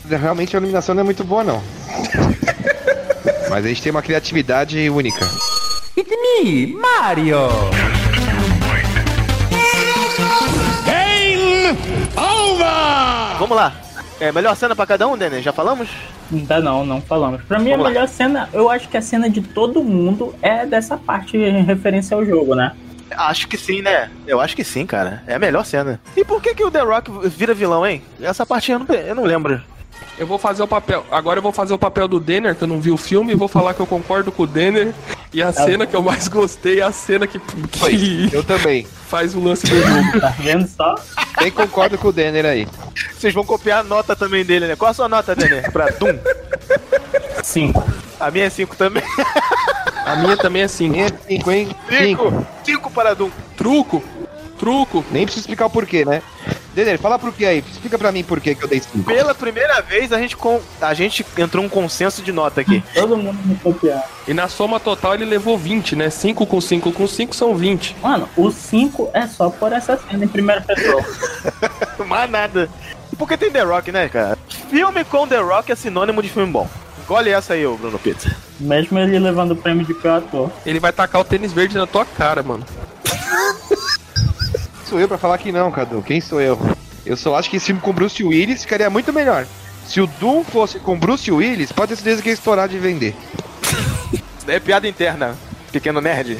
Realmente a iluminação não é muito boa, [laughs] não. Mas a gente tem uma criatividade única.
It's me, Mario!
Game over! Vamos lá. É, melhor cena pra cada um, Denner? Já falamos?
Ainda não, não falamos. Pra mim,
Vamos
a
lá.
melhor cena, eu acho que a cena de todo mundo é dessa parte em referência ao jogo, né?
Acho que sim, né? Eu acho que sim, cara. É a melhor cena. E por que, que o The Rock vira vilão, hein? Essa parte eu não, eu não lembro.
Eu vou fazer o papel. Agora eu vou fazer o papel do Denner, que eu não vi o filme, e vou falar que eu concordo com o Denner. E a cena que eu mais gostei é a cena que, que
Eu também.
faz o lance do jogo.
Tá vendo só?
Quem concorda com o Denner aí?
Vocês vão copiar a nota também dele, né? Qual a sua nota, Denner? Pra Doom?
Cinco.
A minha é 5 [laughs] também.
A minha também é assim.
Minha é 5, hein? 5.
5! 5 para Doom.
Truco! Truco!
Nem preciso explicar o porquê, né? Denner, fala por quê aí. Explica pra mim por quê que eu dei 5.
Pela primeira vez a gente, com... a gente entrou um consenso de nota aqui.
Todo mundo me copiar.
E na soma total ele levou 20, né? 5 com 5 com 5 são 20.
Mano, o cinco é só por essa cena em primeira pessoa.
[laughs] Mais nada. E Porque tem The Rock, né, cara? Filme com The Rock é sinônimo de filme bom. Engole essa aí, ô Bruno Pizza.
Mesmo ele levando o prêmio de pior ator.
Ele vai tacar o tênis verde na tua cara, mano.
Sou eu pra falar que não, Cadu. Quem sou eu? Eu só acho que esse filme com Bruce Willis ficaria muito melhor. Se o Doom fosse com Bruce Willis, pode ter certeza que ia estourar de vender.
Isso daí é piada interna, pequeno nerd.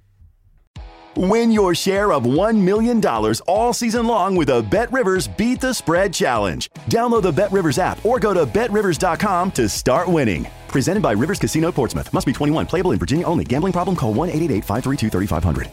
Win your share of $1 million all season long with the Bet Rivers Beat the Spread Challenge. Download the Bet Rivers app or go to BetRivers.com to start winning. Presented by Rivers Casino Portsmouth. Must be 21. Playable in Virginia only. Gambling problem? Call 1 888 532 3500.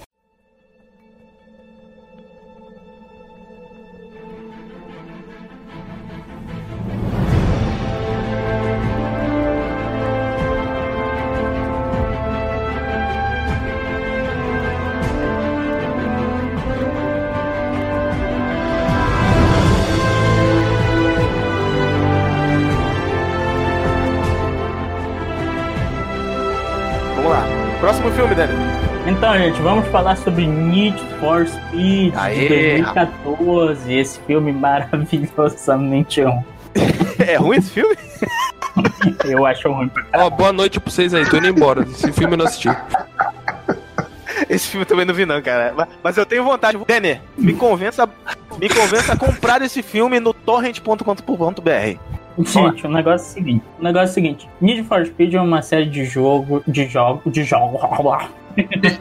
Vamos lá. Próximo filme, Dani.
Então, gente, vamos falar sobre Need for Speed
Aê,
de 2014, esse filme maravilhosamente ruim.
[laughs] É ruim esse filme? [laughs]
Eu acho ruim.
Ó, boa noite pra vocês aí, tô indo embora. Esse filme eu não assisti.
Esse filme eu também não vi, não, cara. Mas- Mas eu tenho vontade. Dani, me convença, me convença a comprar esse filme no torrent.com.br.
Gente, o negócio é o seguinte. O negócio é o seguinte. Need for Speed é uma série de jogo, de jogo, de jogo, [laughs]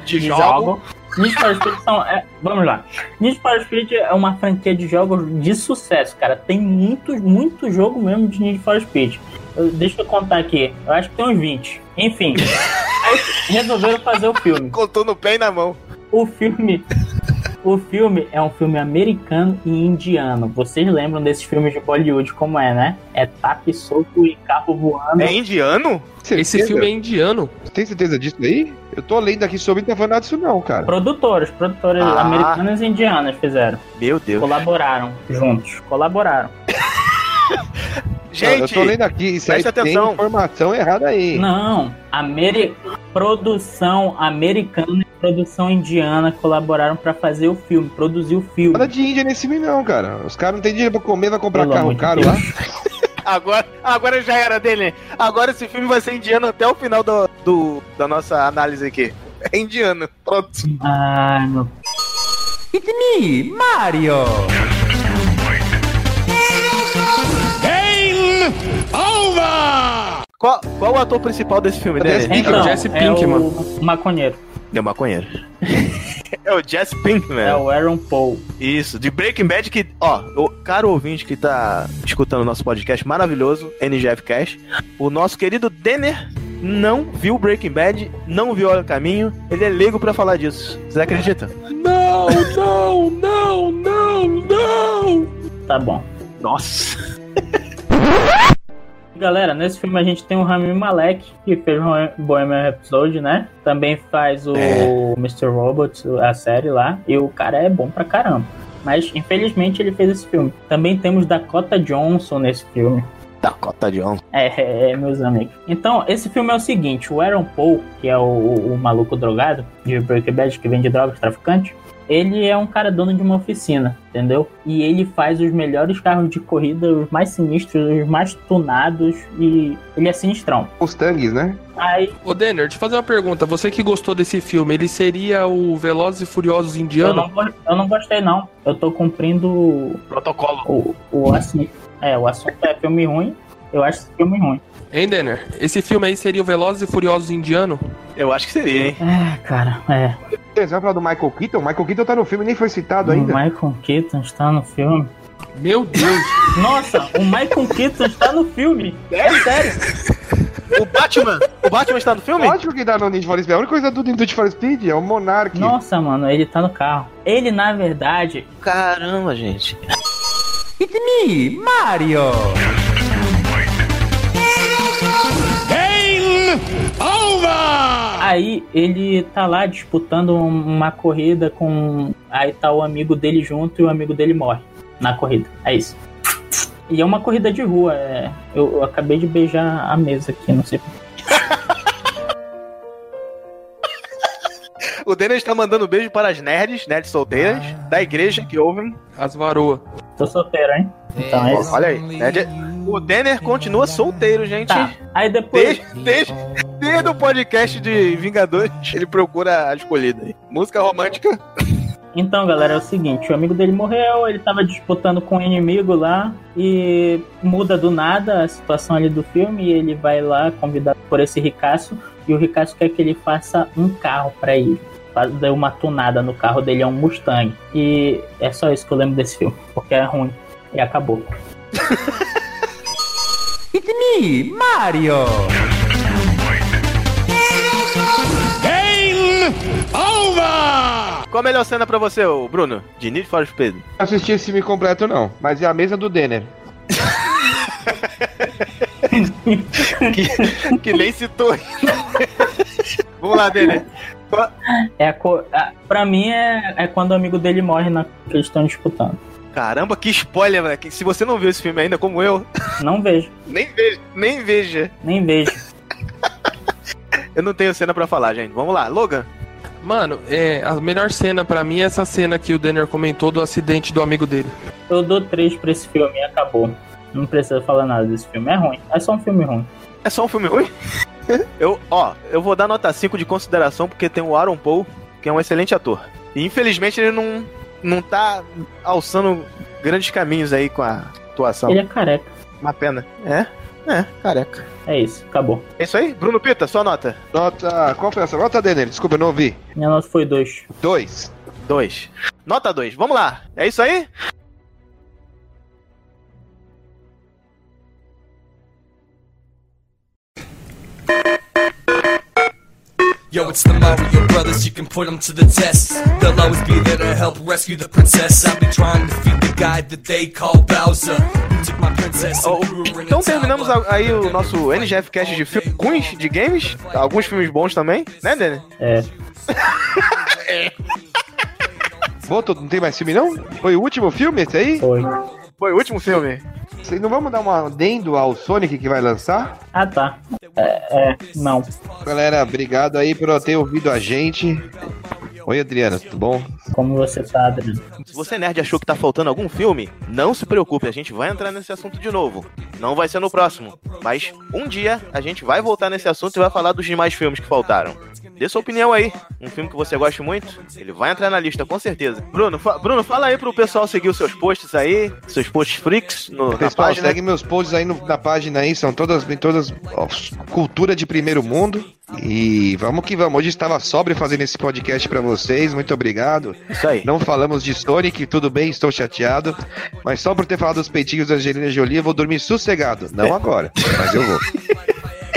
de jogo. Need for Speed são, é, vamos lá. Need for Speed é uma franquia de jogos de sucesso, cara. Tem muito, muito jogo mesmo de Need for Speed. Eu- deixa eu contar aqui. Eu acho que tem uns 20. [laughs] Enfim, resolveram fazer o filme.
Contou no pé e na mão.
O filme o filme é um filme americano e indiano. Vocês lembram desses filmes de Bollywood como é, né? É tapa e soco e carro voando.
É indiano?
Esse filme é indiano.
Tem certeza disso aí? Eu tô lendo aqui sobre e não tá falando nada disso não, cara.
Produtores, produtores
Ah.
americanas e indianas fizeram.
Meu Deus.
Colaboraram juntos. Colaboraram.
Gente, eu tô lendo aqui, isso aí
preste
tem
atenção.
informação errada aí.
Não, Ameri- produção americana e produção indiana colaboraram pra fazer o filme, produzir o filme.
Nada de Índia nesse filme não, cara. Os caras não têm dinheiro pra comer, vai comprar
Pelo amor
carro
de
caro
Deus.
lá.
Agora, agora já era, Dani. Agora esse filme vai ser indiano até o final do, do- da nossa análise aqui. É indiano. Pronto.
Ai, Ah, meu.
It's me, Mario.
Game over! Qual, qual o ator principal desse filme, né? Dani?
Então, o maconheiro.
É o maconheiro. [laughs] é o Jesse Pinkman. É
o Aaron Paul.
Isso, de Breaking Bad que, ó, o caro ouvinte que tá escutando o nosso podcast maravilhoso, NGF Cash, o nosso querido Denner não viu Breaking Bad, não viu Olha o Caminho, ele é leigo pra falar disso. Vocês acreditam?
Não, não, não, não, não.
Tá bom.
Nossa.
[laughs] Galera, nesse filme a gente tem o Rami Malek, que fez o Bohemian Rhapsody, né? Também faz o
É.
Mr. Robot, a série lá. E o cara é bom pra caramba. Mas, infelizmente, ele fez esse filme. Também temos Dakota Johnson nesse filme.
Dakota Johnson.
É, é, é, meus amigos. Então, esse filme é o seguinte: o Aaron Paul, que é o, o- o maluco drogado de Breaking Bad, que vende drogas, traficante, ele é um cara dono de uma oficina, entendeu? E ele faz os melhores carros de corrida, os mais sinistros, os mais tunados, e ele é sinistrão.
Os tangues, né?
Aí.
Ô, Denner, deixa eu fazer uma pergunta. Você que gostou desse filme, ele seria o Velozes e Furiosos
Eu
indiano?
não, go- eu não gostei, não. Eu tô cumprindo o-
Protocolo.
o, o assunto. É, o assunto é filme ruim. Eu acho esse filme ruim.
Hein, Denner? Esse filme aí seria o Velozes e Furiosos indiano?
Eu acho que seria, hein?
Ah, cara, é.
Vocês vão falar do Michael Keaton? Michael Keaton tá no filme e nem foi citado
O
ainda.
Michael Keaton está no filme.
Meu Deus!
Nossa, o Michael Keaton está no filme.
É sério? O Batman? O Batman está no filme?
Ótimo que dá no Need
é
for Speed. A única coisa do Need for Speed é o Monark.
Nossa, mano, ele tá no carro. Ele, na verdade.
Caramba, gente.
It's me, Mario.
Game over! Aí ele tá lá disputando um- uma corrida com. Aí tá o amigo dele junto e o amigo dele morre na corrida. É isso. E é uma corrida de rua. é. Eu, eu acabei de beijar a mesa aqui, não sei.
O Denis tá mandando beijo para as nerds, nerds solteiras, da igreja que ouvem.
As varoa.
Tô solteiro, hein? Então é isso.
Olha aí. nerd- O Denner continua solteiro, gente.
Tá. Aí depois.
Desde, desde, desde o podcast de Vingadores, ele procura a escolhida. aí. Música romântica.
Então, galera, é o seguinte: o amigo dele morreu, ele tava disputando com o inimigo lá e muda do nada a situação ali do filme e ele vai lá convidado por esse ricaço e o ricaço quer que ele faça um carro pra ele. Faz- Deu uma tunada no carro dele, é um Mustang. E é só isso que eu lembro desse filme, porque é ruim. E acabou. [laughs]
It's me, Mario.
Game over! Qual a melhor cena pra você, ô, Bruno? De Need for Speed.
Não assisti esse filme completo, não. Mas é a mesa do Denner.
que, que nem citou ainda. Vamos lá, Denner.
É a co... a- pra mim é, é quando o amigo dele morre na que eles estão disputando.
Caramba, que spoiler, moleque. Se você não viu esse filme ainda, como eu,
Não vejo,
nem veja. Nem veja.
nem vejo.
Eu não tenho cena pra falar, gente. Vamos lá, Logan.
Mano, é, a melhor cena pra mim é essa cena que o Denner comentou do acidente do amigo dele.
Eu dou três pra esse filme e acabou. Não precisa falar nada desse filme. É ruim. É só um filme ruim.
É só um filme ruim? eu, ó, eu vou dar nota 5 de consideração porque tem o Aaron Paul, que é um excelente ator. E infelizmente ele não, não tá alçando grandes caminhos aí com a atuação.
Ele é careca.
Uma pena. É? É, careca.
É isso, acabou.
É isso aí? Bruno Pita, sua nota.
Nota. Qual foi essa? Nota, Denner? Desculpa, eu não ouvi.
Minha nota foi dois.
Dois.
Dois. Nota 2. Vamos lá. É isso aí?
Yo, it's the Mario Brothers, you can put them to the test. They'll always be there to help rescue the princess. I'll be trying to feed the guy that they call Bowser. Who took my princess and threw her in a
Então terminamos a- aí o nosso NGF Cast de filmes ruins de games. Alguns filmes bons também, né, Dani?
É.
Voltou, não tem mais filme, não? Foi o último filme esse aí?
Foi.
Foi o último filme.
Vocês não vamos dar um adendo ao Sonic que vai lançar?
Ah, tá. É, é, não.
Galera, obrigado aí por ter ouvido a gente. Oi, Adriano, tudo bom?
Como você tá, Adriano?
Se você nerd achou que tá faltando algum filme, não se preocupe, a gente vai entrar nesse assunto de novo. Não vai ser no próximo, mas um dia a gente vai voltar nesse assunto e vai falar dos demais filmes que faltaram. Dê sua opinião aí. Um filme que você gosta muito, ele vai entrar na lista, com certeza. Bruno, fa- Bruno fala aí pro pessoal seguir os seus posts aí, seus posts freaks no, na
Pessoal,
página.
segue meus posts aí no- na página aí, são todas, todas ó, cultura de primeiro mundo. E vamos que vamos. Hoje estava sobre fazendo esse podcast pra vocês, muito obrigado.
Isso aí.
Não falamos de Sonic, tudo bem, estou chateado. Mas só por ter falado dos peitinhos da Angelina Jolie, eu vou dormir sossegado. Não agora, mas eu vou. [laughs]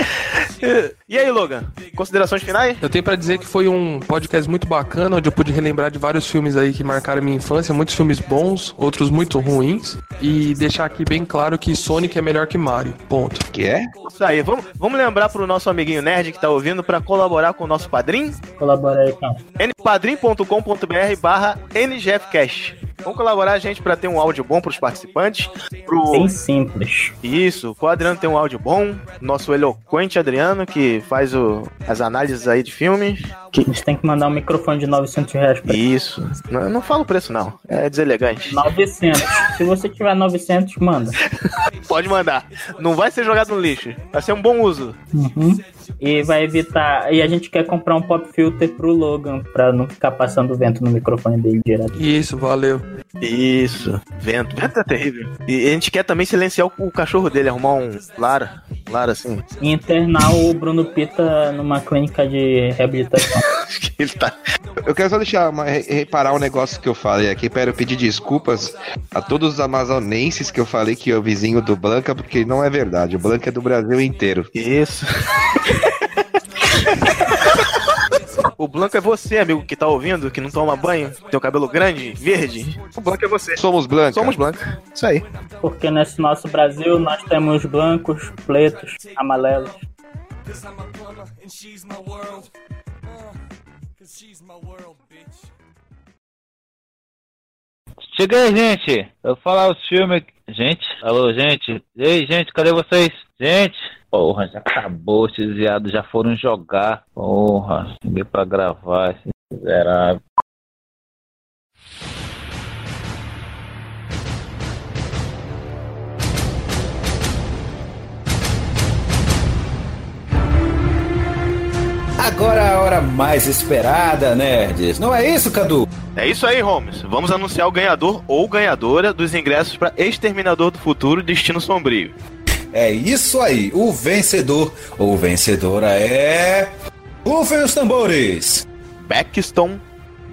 E aí, Logan? Considerações finais?
Eu tenho pra dizer que foi um podcast muito bacana, onde eu pude relembrar de vários filmes aí que marcaram minha infância, muitos filmes bons, outros muito ruins, e deixar aqui bem claro que Sonic é melhor que Mario. Ponto.
Que é?
Isso aí, vamos, vamos lembrar pro nosso amiguinho nerd que tá ouvindo pra colaborar com o nosso padrinho,
Colabora aí, então. cara.
npadrim.com.br barra ngfcast. Vamos colaborar, gente, pra ter um áudio bom pros participantes, pro...
Bem simples.
Isso, o Adriano tem um áudio bom, nosso eloquente Adriano, que faz o- as análises aí de filmes.
Que eles têm que mandar um microfone de 900 reais pra
Isso. Não, não fala o preço, não. É deselegante.
900. Se você tiver 900, manda.
Pode mandar. Não vai ser jogado no lixo. Vai ser um bom uso.
Uhum. E vai evitar. E a gente quer comprar um pop filter pro Logan, pra não ficar passando vento no microfone dele direto.
é Isso, valeu.
Isso. Vento. Vento é terrível. E a gente quer também silenciar o, o cachorro dele, arrumar um Lara. Lara, assim. [laughs]
E internar o Bruno Pita numa clínica de reabilitação.
Ele tá...
Eu quero só deixar uma- re- reparar um negócio que eu falei aqui. Quero pedir desculpas a todos os amazonenses que eu falei que é o vizinho do Blanca, porque não é verdade. O Blanca é do Brasil inteiro.
Isso. [laughs] O Blanco é você, amigo, que tá ouvindo, que não toma banho, tem o cabelo grande, verde. O Blanco é você.
Somos Blanca.
Somos Blanca. Isso aí.
Porque nesse nosso Brasil nós temos brancos, pretos, amarelos.
Cause I'm a plumber and she's my world. Uh, Cause she's my world, bitch.
Chega aí, gente. Eu vou falar os filmes. Gente, alô, gente. Ei, gente, cadê vocês? Gente. Porra, já acabou. Esses viados já foram jogar. Porra, ninguém pra gravar. Esses
Miserável.
Agora é a hora mais esperada, nerds. Não é isso, Cadu?
É isso aí, Holmes. Vamos anunciar o ganhador ou ganhadora dos ingressos para Exterminador do Futuro Destino Sombrio.
É isso aí. O vencedor ou vencedora é. Rufem os tambores!
Beckston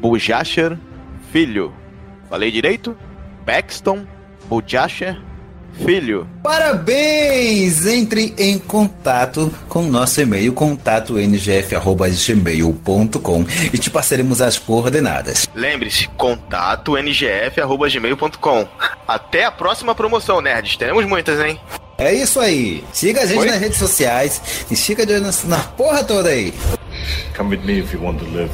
Bujacher Filho. Falei direito? Beckston Bujacher Filho.
Parabéns! Entre em contato com nosso e-mail contato ngf@gmail.com e te passaremos as coordenadas.
Lembre-se, contato ngf.gmail.com. Até a próxima promoção, nerds. Teremos muitas, hein?
É isso aí. Siga a gente nas redes sociais e fica de olho na, na porra toda aí.
Come with me if you want to live.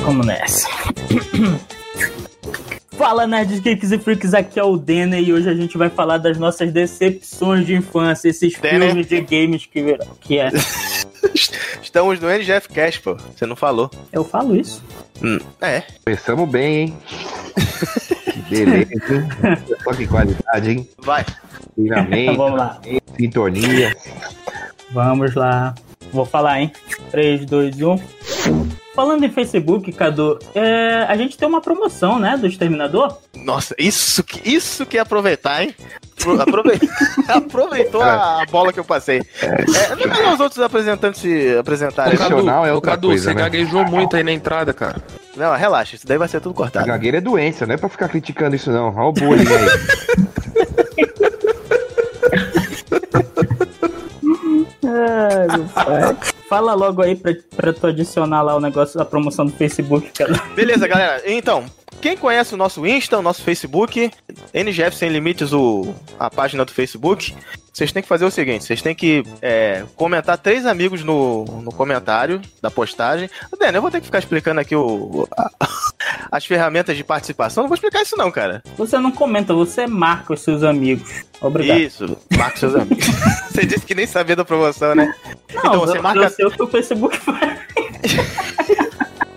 Vamos nessa. Fala nerds, geeks e freaks, aqui é o Denner e hoje a gente vai falar das nossas decepções de infância, esses filmes de games que, vira- que é.
Estamos no NGF Cash, pô. Você não falou.
Eu falo isso?
É.
Começamos bem, hein? que beleza, hein? Só que qualidade, hein?
Vai.
[laughs]
Treinamento,
Então Vamos lá.
sintonia.
Vamos lá. Vou falar, hein? 3, 2, 1. Falando em Facebook, Cadu, é, a gente tem uma promoção, né, do Exterminador?
Nossa, isso que, isso que é aproveitar, hein? Apro- aprove- [laughs] Aproveitou a a bola que eu passei. É, não é os outros apresentantes se apresentarem. né?
ô, Cadu, você gaguejou muito aí na entrada, cara.
Não, relaxa, isso daí vai ser tudo cortado.
Gagueira é doença, não é pra ficar criticando isso, não. Olha o bullying aí.
Ai, meu pai. Fala logo aí pra, pra tu adicionar lá o negócio da promoção do Facebook, Cadu.
Beleza, galera. Então, quem conhece o nosso Insta, o nosso Facebook, NGF Sem Limites, o, a página do Facebook, vocês têm que fazer o seguinte: vocês têm que é, comentar três amigos no, no comentário da postagem. Daniel, eu vou ter que ficar explicando aqui o, a- [laughs] as ferramentas de participação. Não vou explicar isso, não, cara.
Você não comenta, você marca os seus amigos. Obrigado.
Isso, marca seus amigos. [laughs] você disse que nem sabia da promoção, né?
Não,
então, você
eu-
marca.
eu sei o que o Facebook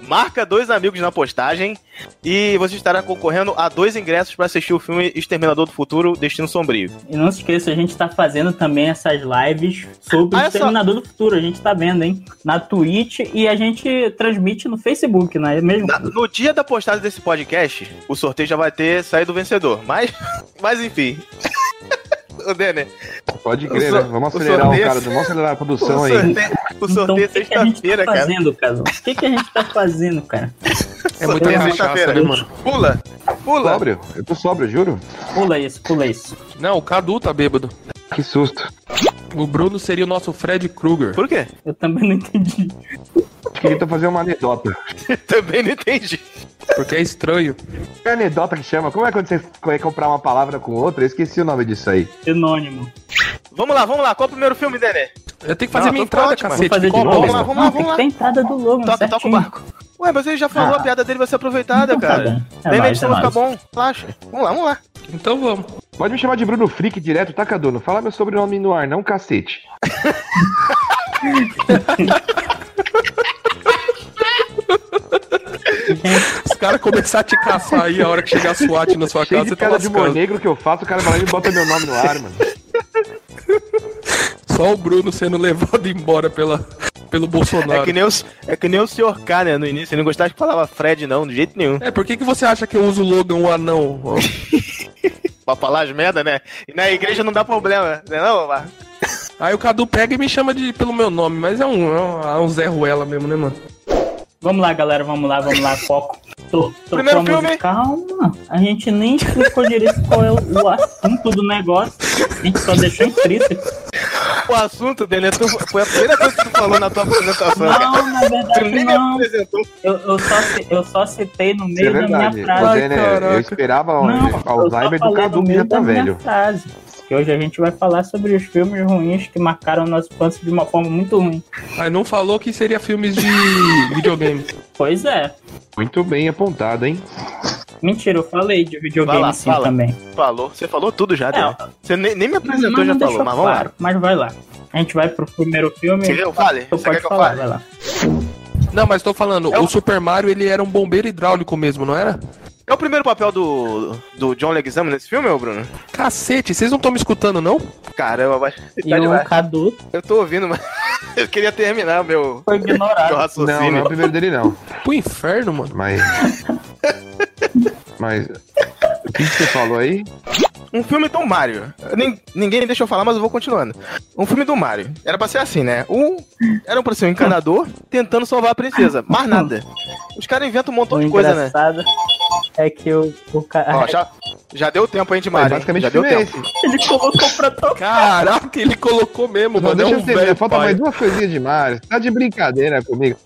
Marca dois amigos na postagem e você estará concorrendo a dois ingressos para assistir o filme Exterminador do Futuro Destino Sombrio.
E não se esqueça, a gente tá fazendo também essas lives sobre o
Ah, é só-
Exterminador do Futuro. A gente tá vendo, hein? Na Twitch e a gente transmite no Facebook, não é mesmo?
No dia da postagem desse podcast, o sorteio já vai ter saído vencedor, mas, [laughs] mas enfim. [laughs] Ô, Denner.
Pode crer,
O so-
né? Vamos acelerar o,
sorteio-
cara. Vamos acelerar a produção
o
aí.
sorteio- O sorteio é
Então, O que, que a gente
sexta-feira,
tá
cara.
fazendo, cara? O que, que a gente tá fazendo, cara?
É muita
Eu-
cachaça, né, mano? Pula, pula.
Sóbrio? Eu tô sóbrio, juro.
Pula isso, pula isso.
Não, o Cadu tá bêbado.
Que susto.
O Bruno seria o nosso Fred Krueger.
Por quê? [laughs]
Eu também não entendi.
Acho que ele tá fazendo uma anedota.
Também não entendi.
Porque é estranho.
É anedota que chama? Como é quando você vai comprar uma palavra com outra? Eu esqueci o nome disso aí.
Sinônimo.
Vamos lá, vamos lá. Qual é o primeiro filme, Denner?
Eu tenho que
fazer Não, minha tô entrada, ótima. cacete.
Vou fazer de
Qual?
novo.
Vamos lá, vamos lá,
Não, tem
vamos lá.
que ter a entrada do logo,
Toca, toca o barco. Ué, mas ele já falou
Ah.
a piada dele, vai ser aproveitada,
Então tá
cara.
bem. É
Daí na
nóis,
edição
é
vai ficar bom.
nóis.
Relaxa. Vamos lá, vamos lá.
Então vamos.
Pode me chamar de Bruno Frick direto, tá, Cadu? Não fala meu sobrenome no ar, não, cacete.
Os caras começaram a te caçar aí a hora que chegar a SWAT na sua
Cheio
casa,
de
você tá
piada de humor
lascando.
negro que eu faço, o cara vai lá e bota meu nome no ar, mano.
Só o Bruno sendo levado embora pela, pelo Bolsonaro.
É que, nem o, é que nem o senhor K, né? No início, ele não gostava que falava Fred, não, de jeito nenhum.
É, por que, que você acha que eu uso o Logan, o anão? Ó,
Pra falar as merda, né? E na igreja não dá problema, né não, Omar?
Aí o Cadu pega e me chama de, pelo meu nome, mas é um, é um, é um Zé Ruela mesmo, né, mano?
Vamos lá, galera, vamos lá, vamos lá, foco. Tô, tô
Primeiro
com a
filme.
música. Calma, a gente nem explicou direito qual é o assunto do negócio. A gente só deixou implícito.
O assunto dele é tu- foi a primeira coisa que tu falou na tua apresentação.
Não, na
Tu nem
verdade
me
não.
apresentou.
Eu, eu só, ci- eu só citei no
Isso é
meio da minha
verdade. Ô,
frase.
Denner, eu esperava um
Não, eu só
Alzheimer do
falei
Cadu
no
que
meio
já tá
da minha
velho.
frase. que hoje a gente vai falar sobre os filmes ruins que marcaram nossa infância de uma forma muito ruim.
Mas não falou que seria filmes de videogame.
Pois é.
Muito bem apontado, hein?
Mentira, eu falei de videogame
Vai lá,
sim
fala.
também.
Falou. Você falou tudo já, Daniel. Você nem, nem me apresentou,
Mas
já
não
falou,
deixou
mas vamos
claro,
lá.
Mas vai lá. A gente vai pro primeiro filme.
Quer que eu fale?
Tu
Você
pode
quer que eu
falar,
fale?
vai lá.
Não, mas tô falando, o Super Mario ele era um bombeiro hidráulico mesmo, não era?
É o primeiro papel do, do John Leguizamo nesse filme, ô Bruno?
Cacete, vocês não estão me escutando, não?
Caramba, mas...
E
tá
o
demais.
Cadu
Eu tô ouvindo, mas [laughs] eu queria terminar o meu,
foi ignorado.
[laughs] meu raciocínio.
Não, não é o primeiro dele, não.
Pro inferno, mano.
Mas. Mas. O que que você falou aí?
Um filme do Mario. Nin- Ninguém deixou eu falar, mas eu vou continuando. Um filme do Mario. Era pra ser assim, né? Um era pra ser um encanador tentando salvar a princesa. Mais nada. Os caras inventam um montão
O
de coisa, né?
engraçado é que o, o cara. [laughs]
Ó, já, já deu tempo, hein, de Mario. hein?
basicamente
já
o filme
deu
é
tempo.
Ele colocou pra tocar.
Caraca, ele colocou mesmo,
Não,
mano.
deixa
é um
eu terminar.
velho
Falta
pai.
mais duas coisinhas de Mario. Tá de brincadeira comigo.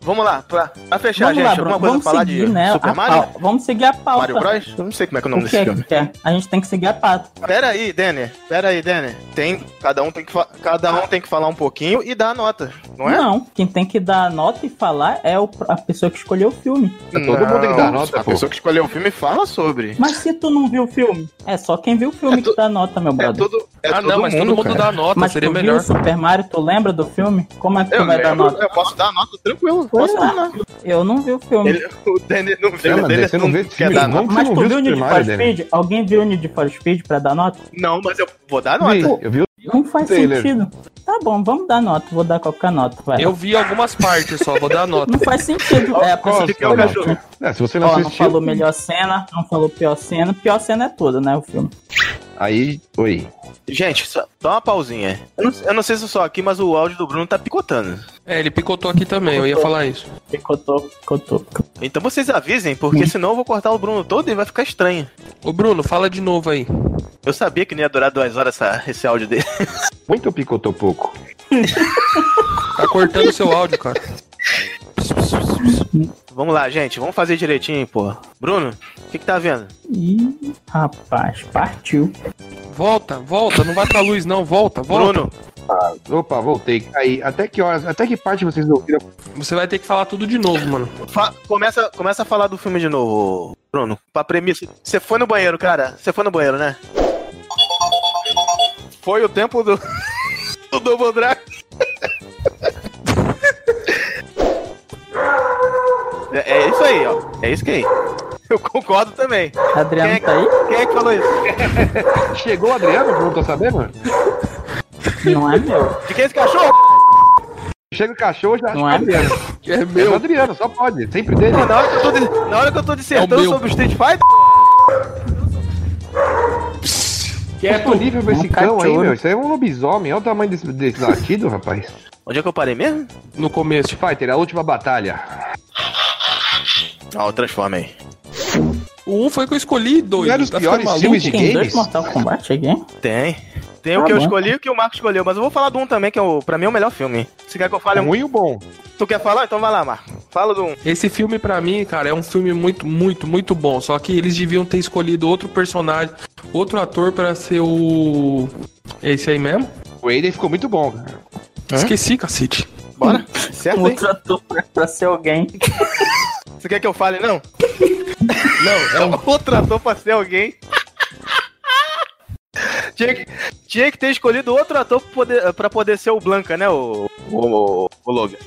Vamos lá, pra, pra fechar,
Vamos
gente.
lá,
alguma
Bruno.
coisa
Vamos
pra falar
seguir,
de
né?
Super
a
Mario?
pau- Vamos seguir a pauta.
Mario Bros? Eu não sei como é que é o nome
O que
desse
é
filme.
que é? A gente tem que seguir a pauta.
Pera aí, Danny. Pera aí, Danny. Tem, cada, um tem que fa- cada um tem que falar um pouquinho e dar a nota, não é?
quem tem que dar a nota e falar é o- a pessoa que escolheu o filme.
Tá Todo mundo tem que dar nota,
A
pô.
pessoa que escolheu o filme fala sobre.
Mas se tu não viu o filme, é só quem viu o filme que dá nota, meu
É
brother.
todo, é
Ah,
todo
não, mas
mundo,
todo mundo dá
cara.
nota,
Mas
seria
tu
melhor.
viu o Super Mario, tu lembra do filme? Como é que tu
Eu,
vai dar
lembro,
nota?
eu posso dar nota tranquilo,
Pois
posso
é.
dar nota.
Eu não vi o filme.
[laughs] Ele- o Danny não viu,
Não,
o
mas
Danny
você não
não
vê esse
quer
filme,
dar
não?
nota.
Como você
Mas
não
tu
viu
viu o Need
Super
for
Mario,
Speed? Alguém viu o Need for Speed pra dar nota?
Não, mas eu vou dar
Vi,
nota.
Eu vi o
Não faz
trailer.
sentido. Tá bom, vamos dar nota. Vou dar qualquer nota, vai.
Eu vi algumas partes só, vou dar nota.
Não faz sentido. É, a pessoa
Costa,
que
que é o
mano.
cachorro.
É, se você não
Ó, não
assistiu.
falou melhor cena, não falou pior cena. Pior cena é toda, né, o filme.
Aí. Oi.
Gente, só, só uma pausinha. Eu não, eu não sei se eu sou aqui, mas o áudio do Bruno tá picotando.
É, ele picotou aqui também, eu ia falar isso.
Picotou, picotou. picotou.
Então vocês avisem,
Hum.
porque senão eu vou cortar o Bruno todo e vai ficar estranho.
Ô Bruno, fala de novo aí.
Eu sabia que não ia durar duas horas essa- esse áudio dele. [laughs]
Muito picotou pouco.
Tá cortando seu áudio, cara.
Vamos lá, gente. Vamos fazer direitinho, pô. Bruno, o que, que tá vendo?
Ih, rapaz, partiu.
Volta, volta, não vai pra luz não, volta, volta.
Bruno,
Opa, voltei. Aí, até que horas? Até que parte vocês ouviram?
Você vai ter que falar tudo de novo, mano.
fa- começa, começa a falar do filme de novo, Bruno. Pra premissa. Você foi no banheiro, cara. Você foi no banheiro, né? Foi o tempo do. [laughs] do Double Dragon. É, é isso aí, ó. É isso que aí. Eu concordo também. Quem é,
Adriano
que-
tá aí?
quem é que falou isso?
Chegou o Adriano, que eu não tô sabendo?
Não é meu.
De quem é esse cachorro?
Chega o cachorro, já acho
Não
que é
é?
Adriano.
É
É do
meu.
Adriano, só pode. Sempre dele.
Pô, na hora que eu tô, dis- na hora que eu tô dissertando
É o meu.
sobre o Street Fighter.
Quieto nível é esse
Um
cão aí,
cachorro.
meu. Isso aí é um lobisomem. Olha o tamanho desse, desse latido, rapaz.
Onde é que eu parei mesmo?
No começo.
Fighter, a última batalha.
Ó, transforma aí.
O um foi que eu escolhi, dois.
Não era os
tá
piores
ficando
filmes
maluco?
de
Tem dois
games?
Mortal Kombat aqui?
Tem. Tem o
Tá
que eu
bom.
escolhi e o que o Marco escolheu, mas eu vou falar do um também, que é o, pra mim é o melhor filme. Você quer que eu fale
É
um?
ruim ou bom?
Tu quer falar? Então vai lá, Marco. Fala do um.
Esse filme, pra mim, cara, é um filme muito, muito, muito bom. Só que eles deviam ter escolhido outro personagem, outro ator pra ser o. É Esse aí mesmo?
O Aiden ficou muito bom, cara.
Esqueci, cacete.
Bora. Certo, hein?
Outro ator pra, pra ser alguém.
Você quer que eu fale, não?
Não, é um.
[laughs] Outro ator pra ser alguém. [laughs] tinha, que, tinha que ter escolhido outro ator pra poder, pra poder ser o Blanca, né, o... O, o Logan.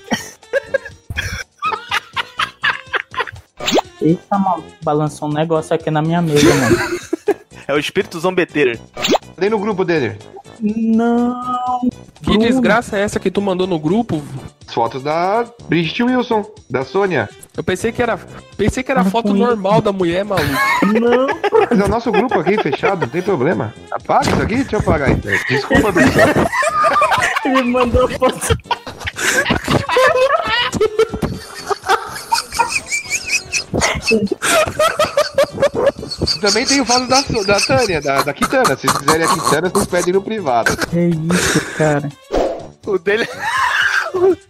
Eita, mano, balançou um negócio aqui na minha mesa, mano.
É o espírito zombeteiro.
Cadê no grupo dele?
Não.
Que desgraça é essa que tu mandou no grupo?
As fotos da Bridget Wilson, da Sônia.
Eu pensei que era. Pensei que era
Não
foto
foi.
normal da mulher, maluco.
Não.
Mas é o nosso grupo aqui, fechado, não tem problema. Apaga isso aqui, deixa eu apagar então. Desculpa, pessoal.
Ele mandou foto.
Também tem o fato da, da Tânia, da, da Kitana. Se vocês quiserem a Kitana, vocês pedem no privado. Tá
É isso, cara.
[laughs] O dele... [laughs]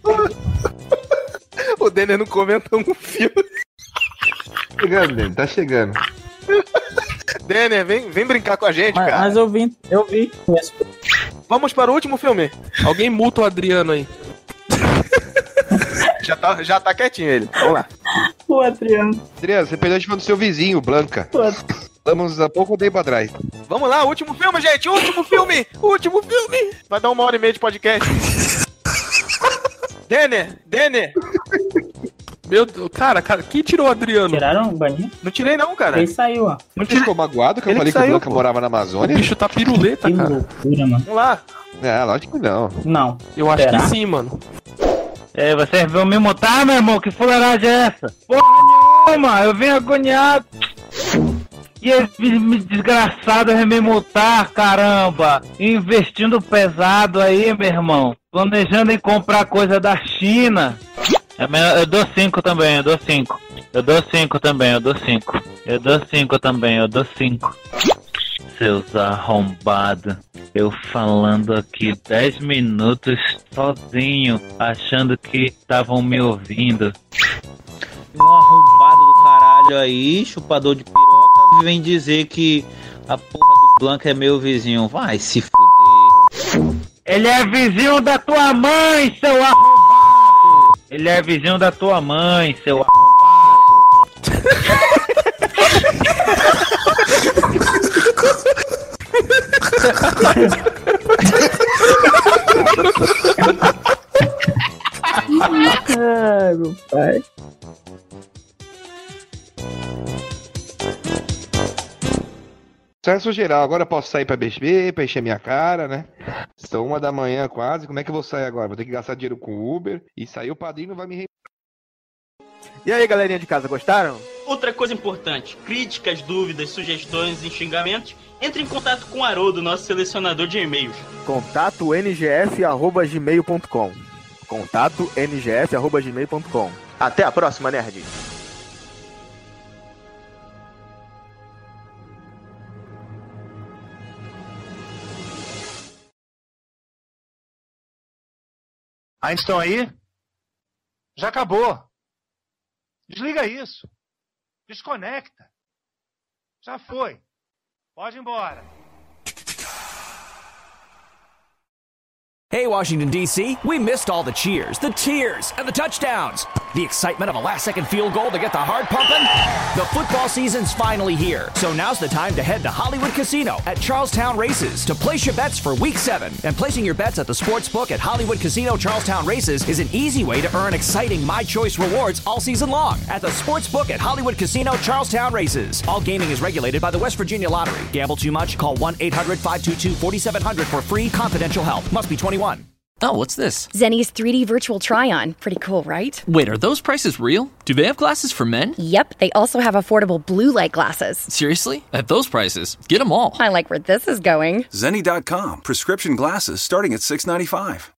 o Denner não comenta um filme.
Tá chegando, Dani, tá chegando.
Denner, vem, vem brincar com a gente,
Mas,
cara.
mas eu vi, eu vi.
Vamos para o último filme.
Alguém multa o Adriano aí.
já, tá, já tá quietinho ele. Vamos lá.
O Adriano.
Adriano, você perdeu de mão do seu vizinho, Blanca. Vamos há pouco tempo atrás.
Vamos lá, último filme, gente. Último filme. Último filme. Vai dar uma hora e meia de podcast. Denner, Denner.
Meu Deus, cara, cara, quem tirou o Adriano?
Tiraram o baninho?
Não tirei não, cara. Ele
saiu, ó.
Não ficou magoado que eu
Ele
falei que
que
o
saiu,
Blanca
pô.
morava na Amazônia?
O bicho tá piruleta,
Que
cara.
loucura, mano.
Vamos lá.
É, lógico que não.
Não.
Eu acho
Será?
que sim, mano.
É, vocês vão me montar, meu irmão? Que fuleiragem é essa? Porra nenhuma! Eu venho agoniado! E esse me- desgraçado é me multar, caramba! Investindo pesado aí, meu irmão. Planejando em comprar coisa da China. É melhor- Eu dou cinco também, eu dou cinco. Eu dou cinco também, eu dou cinco. Eu dou cinco também, eu dou cinco. Seus arrombados. Eu falando aqui 10 minutos sozinho, achando que estavam me ouvindo.
Um arrombado do caralho aí, chupador de piroca, vem dizer que a porra do Blanca é meu vizinho. Vai se fuder.
Ele é vizinho da tua mãe, seu arrombado! Ele é vizinho da tua mãe, seu arrombado!
Ai, meu pai.
Sucesso geral, agora eu posso sair pra beber, pra encher minha cara, né? São uma da manhã quase, como é que eu vou sair agora? Vou ter que gastar dinheiro com Uber e sair o padrinho vai me re-
E aí, galerinha de casa, gostaram?
Outra coisa importante: críticas, dúvidas, sugestões e xingamentos, entre em contato com o Haroldo, nosso selecionador de e-mails.
Contato ngf.gmail.com Contato ngf.gmail.com Até a próxima, nerd!
Ainda Ah, estão aí? Já acabou. Desliga isso. Desconecta. Já foi. Pode ir embora.
Hey, Washington, D.C., we missed all the cheers, the tears, and the touchdowns. The excitement of a last second field goal to get the heart pumping. The football season's finally here, so now's the time to head to Hollywood Casino at Charlestown Races to place your bets for Week 7. And placing your bets at the sports book at Hollywood Casino Charlestown Races is an easy way to earn exciting My Choice rewards all season long at the sports book at Hollywood Casino Charlestown Races. All gaming is regulated by the West Virginia Lottery. Gamble too much? Call 1 800 522 4700 for free confidential help. Must be 21. Oh, what's this?
Zenny's 3D virtual try on. Pretty cool, right?
Wait, are those prices real? Do they have glasses for men?
Yep, they also have affordable blue light glasses.
Seriously? At those prices, get them all.
I like where this is going.
Zenni.com. Prescription glasses starting at 695.